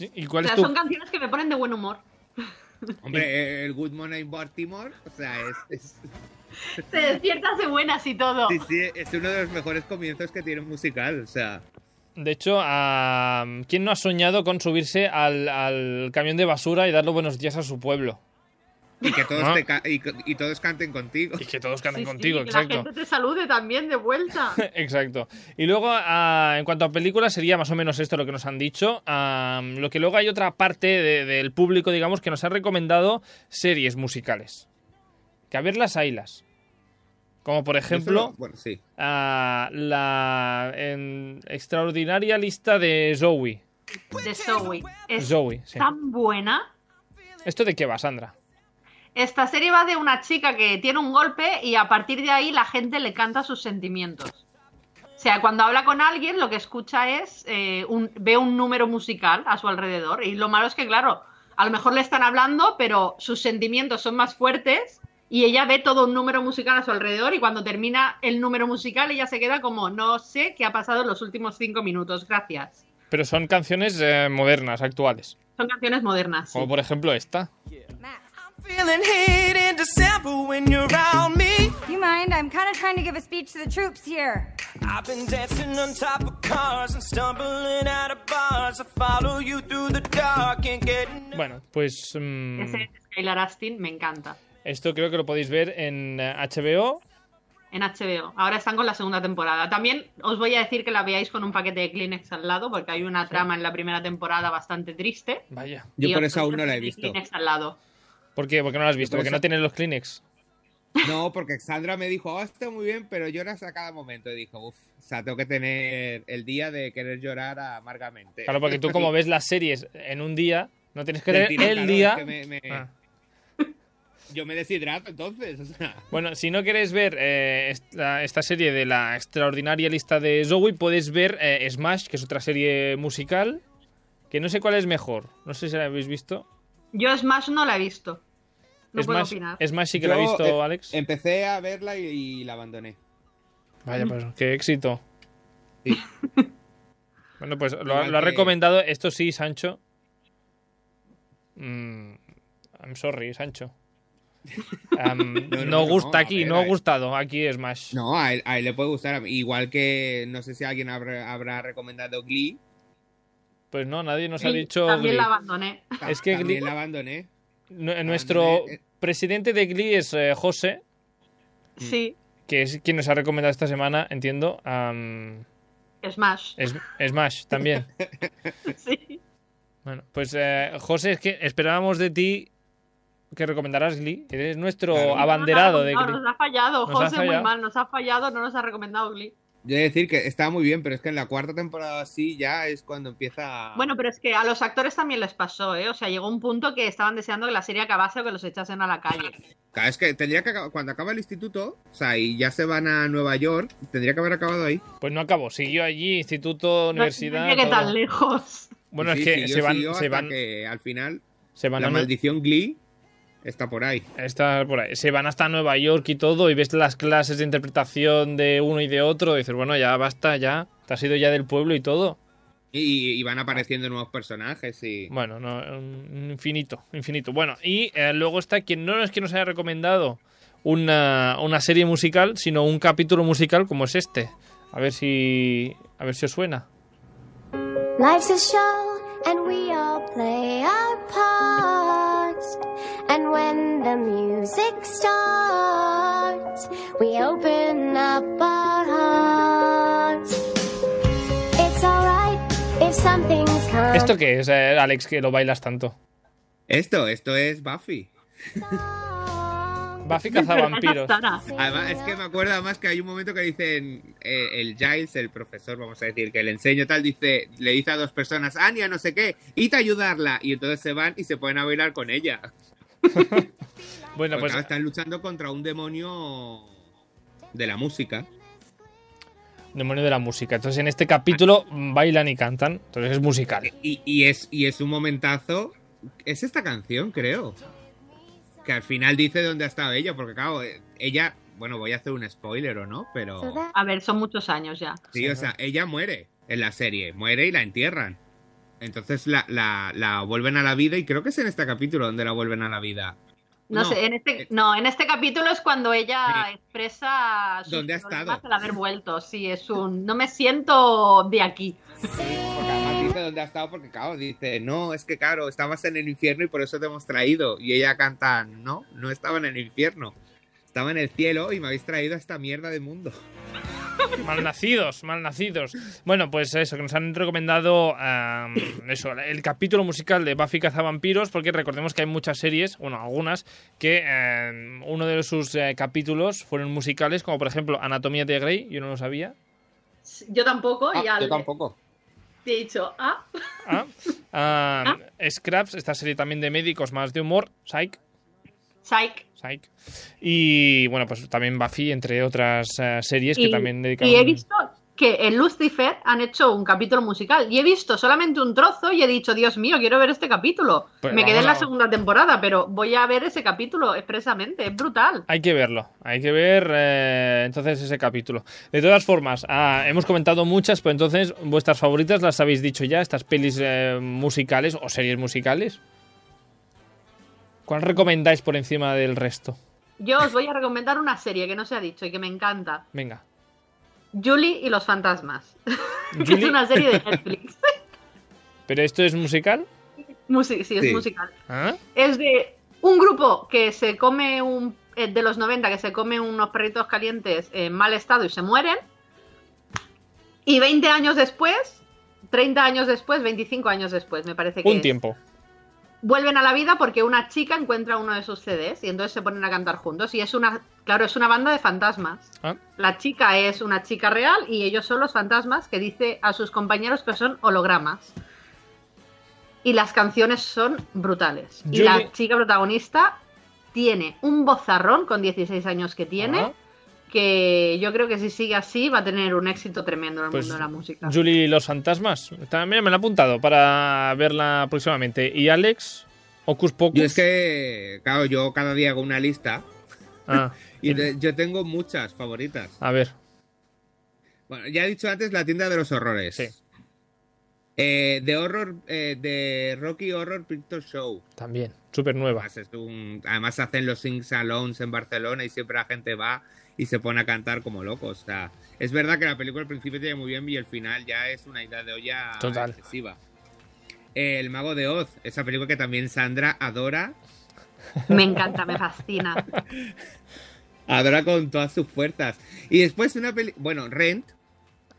Speaker 2: ¿Y
Speaker 3: O
Speaker 2: cuál es
Speaker 3: sea,
Speaker 2: tu...?
Speaker 3: son canciones que me ponen de buen humor.
Speaker 1: Hombre, el Good Morning Baltimore, o sea, es, es-
Speaker 3: Te despiertas de buenas y todo.
Speaker 1: sí, sí, es uno de los mejores comienzos que tiene un musical, o sea.
Speaker 2: De hecho, ah, ¿quién no ha soñado con subirse al, al camión de basura y dar los buenos días a su pueblo?
Speaker 1: Y que todos,
Speaker 2: Ah.
Speaker 1: te ca- y, que- y todos canten contigo.
Speaker 2: Y que todos
Speaker 3: Sí,
Speaker 2: canten
Speaker 3: sí,
Speaker 2: contigo,
Speaker 3: que
Speaker 2: exacto.
Speaker 3: la gente te salude también de vuelta.
Speaker 2: Exacto. Y luego, ah, en cuanto a películas, sería más o menos esto lo que nos han dicho. Ah, lo que luego hay otra parte de- del público, digamos, que nos ha recomendado series musicales. Que a verlas, haylas. Como por
Speaker 1: Eso
Speaker 2: ejemplo,
Speaker 1: lo- bueno, sí.
Speaker 2: ah, la en- extraordinaria lista de Zoe.
Speaker 3: De Zoe. Es
Speaker 2: Zoe, sí.
Speaker 3: tan buena.
Speaker 2: ¿Esto de qué va, Sandra?
Speaker 3: Esta serie va de una chica que tiene un golpe y a partir de ahí la gente le canta sus sentimientos. O sea, cuando habla con alguien, lo que escucha es, eh, un- ve un número musical a su alrededor. Y lo malo es que, claro, a lo mejor le están hablando, pero sus sentimientos son más fuertes y ella ve todo un número musical a su alrededor y cuando termina el número musical ella se queda como, no sé qué ha pasado en los últimos cinco minutos, gracias.
Speaker 2: Pero son canciones eh, modernas, actuales.
Speaker 3: Son canciones modernas. sí.
Speaker 2: Como por ejemplo esta.
Speaker 5: Feeling hate in December when you're around me.
Speaker 8: You mind? I'm kind of trying to give a speech to the troops here.
Speaker 5: I've been dancing on top of cars and stumbling out of bars. I follow you through the dark and getting.
Speaker 2: Bueno, pues... mm,
Speaker 3: Ese es Skylar Astin me encanta.
Speaker 2: esto creo que lo podéis ver en eh, HBO
Speaker 3: en HBO. Ahora están con la segunda temporada. También os voy a decir que la veáis con un paquete de Kleenex al lado, porque hay una trama en la primera temporada bastante triste.
Speaker 2: Vaya.
Speaker 1: Yo
Speaker 3: Y
Speaker 1: por
Speaker 3: otro
Speaker 1: eso aún no la he
Speaker 3: paquete de
Speaker 1: visto.
Speaker 3: Kleenex al lado.
Speaker 2: ¿Por qué? Porque no lo has visto,
Speaker 3: Pues
Speaker 1: Pero
Speaker 2: porque
Speaker 1: esa-
Speaker 2: no tienes los Kleenex.
Speaker 1: No, porque Sandra me dijo, oh, está muy bien, pero lloras a cada momento. Y dijo, uff, o sea, tengo que tener el día de querer llorar amargamente.
Speaker 2: Claro, porque tú como ves las series en un día, no tienes que
Speaker 1: Del
Speaker 2: ver
Speaker 1: tirón,
Speaker 2: el
Speaker 1: claro,
Speaker 2: día.
Speaker 1: es que me- me-
Speaker 2: Ah.
Speaker 1: Yo me deshidrato entonces, o sea.
Speaker 2: Bueno, si no quieres ver eh, esta, esta serie de la extraordinaria lista de Zoey, puedes ver eh, Smash, que es otra serie musical, que no sé cuál es mejor. No sé si la habéis visto.
Speaker 3: Yo Smash no la he visto. No puedo
Speaker 2: Smash,
Speaker 3: opinar.
Speaker 2: Smash sí que
Speaker 1: Yo,
Speaker 2: la ha visto,
Speaker 1: eh,
Speaker 2: Alex.
Speaker 1: Empecé a verla y, y la abandoné.
Speaker 2: Vaya, pues qué éxito.
Speaker 1: Sí.
Speaker 2: Bueno, pues lo,
Speaker 1: Igual
Speaker 2: lo ha
Speaker 1: que-
Speaker 2: recomendado. Esto sí, Sancho. Mm, I'm sorry, Sancho. Am,
Speaker 1: no,
Speaker 2: no,
Speaker 1: no,
Speaker 2: gusta
Speaker 1: a
Speaker 2: aquí,
Speaker 1: ver,
Speaker 2: no
Speaker 1: a
Speaker 2: ha
Speaker 1: ver.
Speaker 2: gustado. Aquí es más.
Speaker 1: No, a él, a él le puede gustar. a mí. Igual que no sé si alguien habrá, habrá recomendado Glee.
Speaker 2: Pues no, nadie nos ha
Speaker 3: Sí,
Speaker 2: dicho.
Speaker 3: También
Speaker 2: Glee.
Speaker 3: la abandoné.
Speaker 1: Ta-
Speaker 2: Es que
Speaker 1: también
Speaker 2: Glee-
Speaker 1: la abandoné.
Speaker 2: Nu- nuestro
Speaker 1: eh.
Speaker 2: presidente de Glee es eh, José, Mm.
Speaker 3: Sí,
Speaker 2: que es quien nos ha recomendado esta semana, entiendo. am,
Speaker 3: Smash.
Speaker 2: es, Smash también. Eh,
Speaker 3: Sí.
Speaker 2: Bueno, pues eh, José, es que esperábamos de ti que recomendarás Glee. Eres nuestro
Speaker 1: Claro.
Speaker 2: abanderado
Speaker 3: No nos ha
Speaker 2: de
Speaker 3: recomendado,
Speaker 2: Glee.
Speaker 3: Nos ha fallado,
Speaker 2: Nos ha
Speaker 3: José, muy
Speaker 2: fallado.
Speaker 3: mal. Nos ha fallado, no nos ha recomendado Glee.
Speaker 1: Yo he de decir que estaba muy bien, pero es que en la cuarta temporada sí ya es cuando empieza.
Speaker 2: Ah.
Speaker 1: a-
Speaker 3: Bueno, pero es que a los actores también les pasó, ¿eh? O sea, llegó un punto que estaban deseando que la serie acabase o que los echasen a la calle.
Speaker 1: Claro, es que tendría que acabar- cuando acaba el instituto, o sea, y ya se van a Nueva York, tendría que haber acabado ahí.
Speaker 2: Pues no acabó, siguió allí, instituto,
Speaker 3: no
Speaker 2: universidad.
Speaker 3: llegué
Speaker 2: todo.
Speaker 3: tan lejos.
Speaker 2: Bueno,
Speaker 1: Sí,
Speaker 2: es que
Speaker 1: siguió,
Speaker 2: se van,
Speaker 1: siguió
Speaker 2: se
Speaker 1: hasta
Speaker 2: van,
Speaker 1: que al final
Speaker 2: se van
Speaker 1: la
Speaker 2: a Nue-
Speaker 1: maldición Glee está por ahí.
Speaker 2: está por ahí. Se van hasta Nueva York y todo, y ves las clases de interpretación de uno y de otro, y dices, bueno, ya basta, ya, te has ido ya del pueblo y todo.
Speaker 1: Y, y van apareciendo nuevos personajes y.
Speaker 2: Bueno, no, mm, infinito, infinito. Bueno, y eh, luego está quien no es que nos haya recomendado una, una serie musical, sino un capítulo musical como es este. A ver si, a ver si os suena.
Speaker 5: Life's a show, and we all play our parts. And when the music starts, we open up our hearts. It's alright if something's come.
Speaker 2: ¿Esto qué es, eh, Alex, que lo bailas tanto?
Speaker 1: Esto, esto es Buffy.
Speaker 2: Buffy cazavampiros.
Speaker 3: Tara.
Speaker 1: Además, es que me acuerdo además que hay un momento que dicen eh, el Giles, el profesor, vamos a decir, que le enseño tal, dice, le dice a dos personas, Ania, no sé qué, id a ayudarla. Y entonces se van y se ponen a bailar con ella. Porque,
Speaker 2: Bueno, pues
Speaker 1: claro, están luchando contra un demonio de la música.
Speaker 2: demonio de la música. Entonces en este capítulo mm, bailan y cantan, entonces es musical.
Speaker 1: Y, y es, y es un momentazo. Es esta canción, creo. Que al final dice dónde ha estado ella, porque claro, eh, ella, bueno, voy a hacer un spoiler o no, pero...
Speaker 3: A ver, son muchos años ya.
Speaker 1: Sí, o sea, ella muere en la serie, muere y la entierran. Entonces la, la, la vuelven a la vida y creo que es en este capítulo donde la vuelven a la vida.
Speaker 3: No,
Speaker 1: No,
Speaker 3: sé, en
Speaker 1: eh.
Speaker 3: este, no, en este capítulo es cuando ella
Speaker 1: Sí.
Speaker 3: expresa sus
Speaker 1: ¿Dónde ha
Speaker 3: problemas
Speaker 1: estado?
Speaker 3: al haber vuelto. Sí, es un no me siento de aquí.
Speaker 1: Porque además dice Ah, dónde ha estado porque, claro, dice, no, es que, claro, estabas en el infierno y por eso te hemos traído. Y ella canta, no, no estaba en el infierno. Estaba en el cielo y me habéis traído a esta mierda de mundo.
Speaker 2: Malnacidos, malnacidos. Bueno, pues eso, que nos han recomendado am, eso, el capítulo musical de Buffy Cazavampiros, porque recordemos que hay muchas series, bueno, algunas, que em, uno de sus eh, capítulos fueron musicales, como por ejemplo Anatomía de Grey, yo no lo sabía.
Speaker 3: Yo tampoco, y al-
Speaker 1: Ah, tampoco.
Speaker 3: te he dicho, ah,
Speaker 2: Ah, am, Scraps, esta serie también de médicos más de humor, Psych,
Speaker 3: psych.
Speaker 2: Psych. Y bueno, pues también Buffy, entre otras eh, series que
Speaker 3: Y-
Speaker 2: también dedican...
Speaker 3: Y he visto que en Lucifer han hecho un capítulo musical y he visto solamente un trozo y he dicho, Dios mío, quiero ver este capítulo.
Speaker 2: Pues
Speaker 3: Me quedé
Speaker 2: vamos
Speaker 3: en la
Speaker 2: a-
Speaker 3: segunda temporada, pero voy a ver ese capítulo expresamente, es brutal.
Speaker 2: Hay que verlo, hay que ver eh, entonces ese capítulo. De todas formas, ah, hemos comentado muchas, pero entonces vuestras favoritas las habéis dicho ya, estas pelis eh, musicales o series musicales. ¿Cuál recomendáis por encima del resto?
Speaker 3: Yo os voy a recomendar una serie que no se ha dicho y que me encanta.
Speaker 2: Venga.
Speaker 3: Julie y los fantasmas. que es
Speaker 2: Julie,
Speaker 3: una serie de Netflix.
Speaker 2: ¿Pero esto es musical?
Speaker 3: Musi- sí, es
Speaker 1: Sí.
Speaker 3: musical.
Speaker 2: ¿Ah?
Speaker 3: Es de un grupo que se come un. eh, de los 90, que se come unos perritos calientes en mal estado y se mueren. Y 20 años después, 30 años después, 25 años después, me parece que.
Speaker 2: Un
Speaker 3: es,
Speaker 2: tiempo.
Speaker 3: Vuelven a la vida porque una chica encuentra uno de sus CDs y entonces se ponen a cantar juntos. Y es una. Claro, es una banda de fantasmas.
Speaker 2: Ah.
Speaker 3: La chica es una chica real y ellos son los fantasmas que dice a sus compañeros que son hologramas. Y las canciones son brutales. Y
Speaker 2: Yo le-
Speaker 3: la chica protagonista tiene un bozarrón con 16 años que tiene,
Speaker 2: Ah.
Speaker 3: que yo creo que si sigue así va a tener un éxito tremendo en el
Speaker 2: Pues,
Speaker 3: mundo de la música.
Speaker 2: Julie y los fantasmas. También me la he apuntado para verla próximamente. ¿Y Alex? ¿Ocus Pocus?
Speaker 1: Yo es que, claro, yo cada día hago una lista
Speaker 2: Ah,
Speaker 1: y entonces yo tengo muchas favoritas.
Speaker 2: a ver.
Speaker 1: Bueno, ya he dicho antes la tienda de los horrores.
Speaker 2: Sí.
Speaker 1: Eh, de horror, eh, de Rocky Horror Picture Show.
Speaker 2: También. Súper nueva.
Speaker 1: Además, es un- además hacen los sing salons en Barcelona y siempre la gente va y se pone a cantar como locos. O sea, es verdad que la película al principio tiene muy bien y el final ya es una idea de olla
Speaker 2: Total.
Speaker 1: excesiva. Eh, El Mago de Oz, esa película que también Sandra adora,
Speaker 3: Me encanta, me fascina.
Speaker 1: adora con todas sus fuerzas. Y después una peli, bueno, Rent,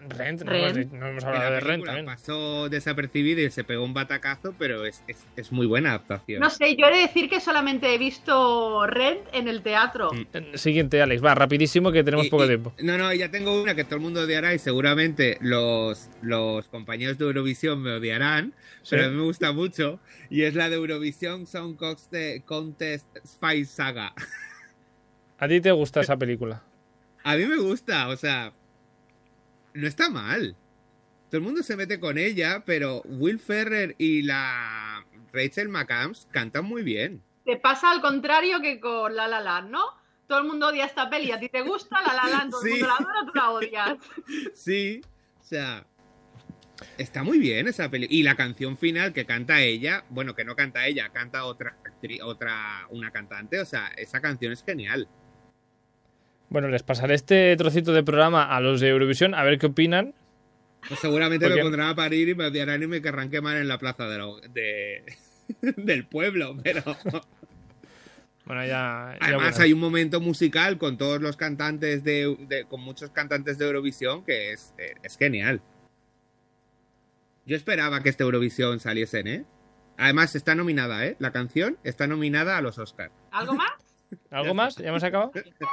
Speaker 2: Rent, no,
Speaker 3: Rent.
Speaker 2: hemos- no hemos hablado
Speaker 1: La
Speaker 2: de Rent
Speaker 1: película
Speaker 2: también.
Speaker 1: pasó desapercibida y se pegó un batacazo, pero es, es- es muy buena adaptación.
Speaker 3: No sé, yo he de decir que solamente he visto Rent en el teatro.
Speaker 1: Mm.
Speaker 2: Eh, Siguiente, Alex, va, rapidísimo que tenemos
Speaker 1: Y-
Speaker 2: poco
Speaker 1: y-
Speaker 2: tiempo.
Speaker 1: No, no, ya tengo una que todo el mundo odiará y seguramente los, los compañeros de Eurovisión me odiarán, pero a mí me gusta mucho y es la de Eurovisión Song Coste- Contest Spy Saga.
Speaker 2: A ti te gusta esa película.
Speaker 1: A mí me gusta, o sea, no está mal. Todo el mundo se mete con ella, pero Will Ferrer y la Rachel McAdams cantan muy bien.
Speaker 3: Te pasa al contrario que con La La Land, ¿no? Todo el mundo odia esta peli, a ti te gusta, La La Land, todo el
Speaker 1: Sí.
Speaker 3: mundo la adora, tú la odias.
Speaker 1: Sí, o sea, está muy bien esa peli. Y la canción final que canta ella, bueno, que no canta ella, canta otra actri- otra una cantante, o sea, esa canción es genial.
Speaker 2: Bueno, les pasaré este trocito de programa a los de Eurovisión a ver qué opinan.
Speaker 1: Pues seguramente
Speaker 2: Porque-
Speaker 1: me pondrán a parir y me odiarán y me querrán quemar en la plaza de la- de- del pueblo, pero
Speaker 2: Bueno, ya. ya
Speaker 1: además
Speaker 2: verán.
Speaker 1: hay un momento musical con todos los cantantes de, de- con muchos cantantes de Eurovisión que es, eh, es genial. Yo esperaba que este Eurovisión saliesen, ¿eh? Además está nominada, ¿eh? La canción está nominada a los Oscars.
Speaker 3: ¿Algo más?
Speaker 2: ¿Algo más? ¿Ya hemos acabado?
Speaker 1: Ya está.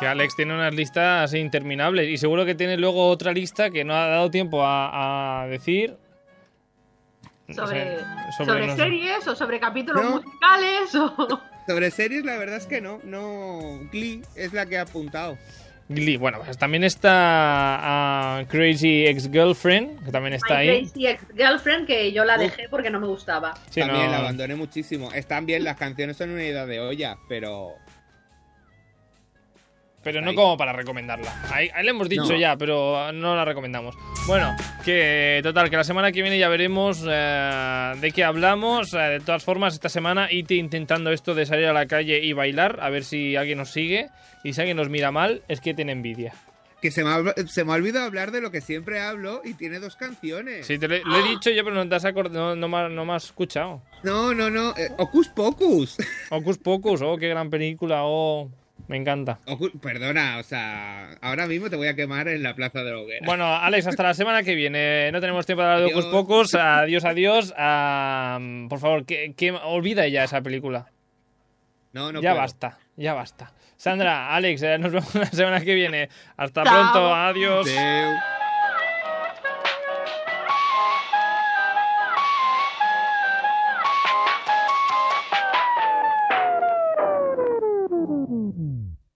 Speaker 2: Que Alex tiene unas listas interminables y seguro que tiene luego otra lista que no ha dado tiempo a, a decir. No
Speaker 3: ¿Sobre,
Speaker 2: sé,
Speaker 3: sobre
Speaker 2: no sé.
Speaker 3: series o sobre capítulos
Speaker 1: No.
Speaker 3: musicales? O...
Speaker 1: Sobre series la verdad es que no, no Glee es la que ha apuntado.
Speaker 2: Glee. Bueno, pues también está ah, Crazy Ex Girlfriend, que también está
Speaker 3: My
Speaker 2: ahí. Oh.
Speaker 3: Crazy Ex-Girlfriend, que yo la dejé porque no me gustaba.
Speaker 2: Sí,
Speaker 1: También
Speaker 2: no-
Speaker 1: la abandoné muchísimo. Están bien, las canciones son una idea de olla, pero
Speaker 2: Pero no
Speaker 1: Ahí.
Speaker 2: como para recomendarla. Ahí, ahí le hemos dicho
Speaker 1: No.
Speaker 2: ya, pero no la recomendamos. Bueno, que total, que la semana que viene ya veremos eh, de qué hablamos. Eh, de todas formas, esta semana IT intentando esto de salir a la calle y bailar, a ver si alguien nos sigue. Y si alguien nos mira mal, es que tiene envidia.
Speaker 1: que se me, ha, se me ha olvidado hablar de lo que siempre hablo y tiene dos canciones.
Speaker 2: Sí, te lo, he- lo he dicho yo, pero no, te has acord- no, no me, ha- no me has escuchado.
Speaker 1: No, no, no. eh, Ocus Pocus.
Speaker 2: Hocus Pocus, oh, qué gran película, oh, me encanta.
Speaker 1: Ocu- Perdona, o sea, ahora mismo te voy a quemar en la plaza de la hoguera.
Speaker 2: Bueno, Alex, hasta la semana que viene. No tenemos tiempo de hablar de Hocus
Speaker 1: Adiós.
Speaker 2: Pocus. Adiós, adiós. Ah, por favor, que, que- olvida ya esa película.
Speaker 1: no, no
Speaker 2: ya
Speaker 1: puedo.
Speaker 2: basta, ya basta. Sandra, Alex, eh, nos vemos la semana que viene. Hasta
Speaker 3: Chao.
Speaker 2: pronto, adiós.
Speaker 1: Adeu.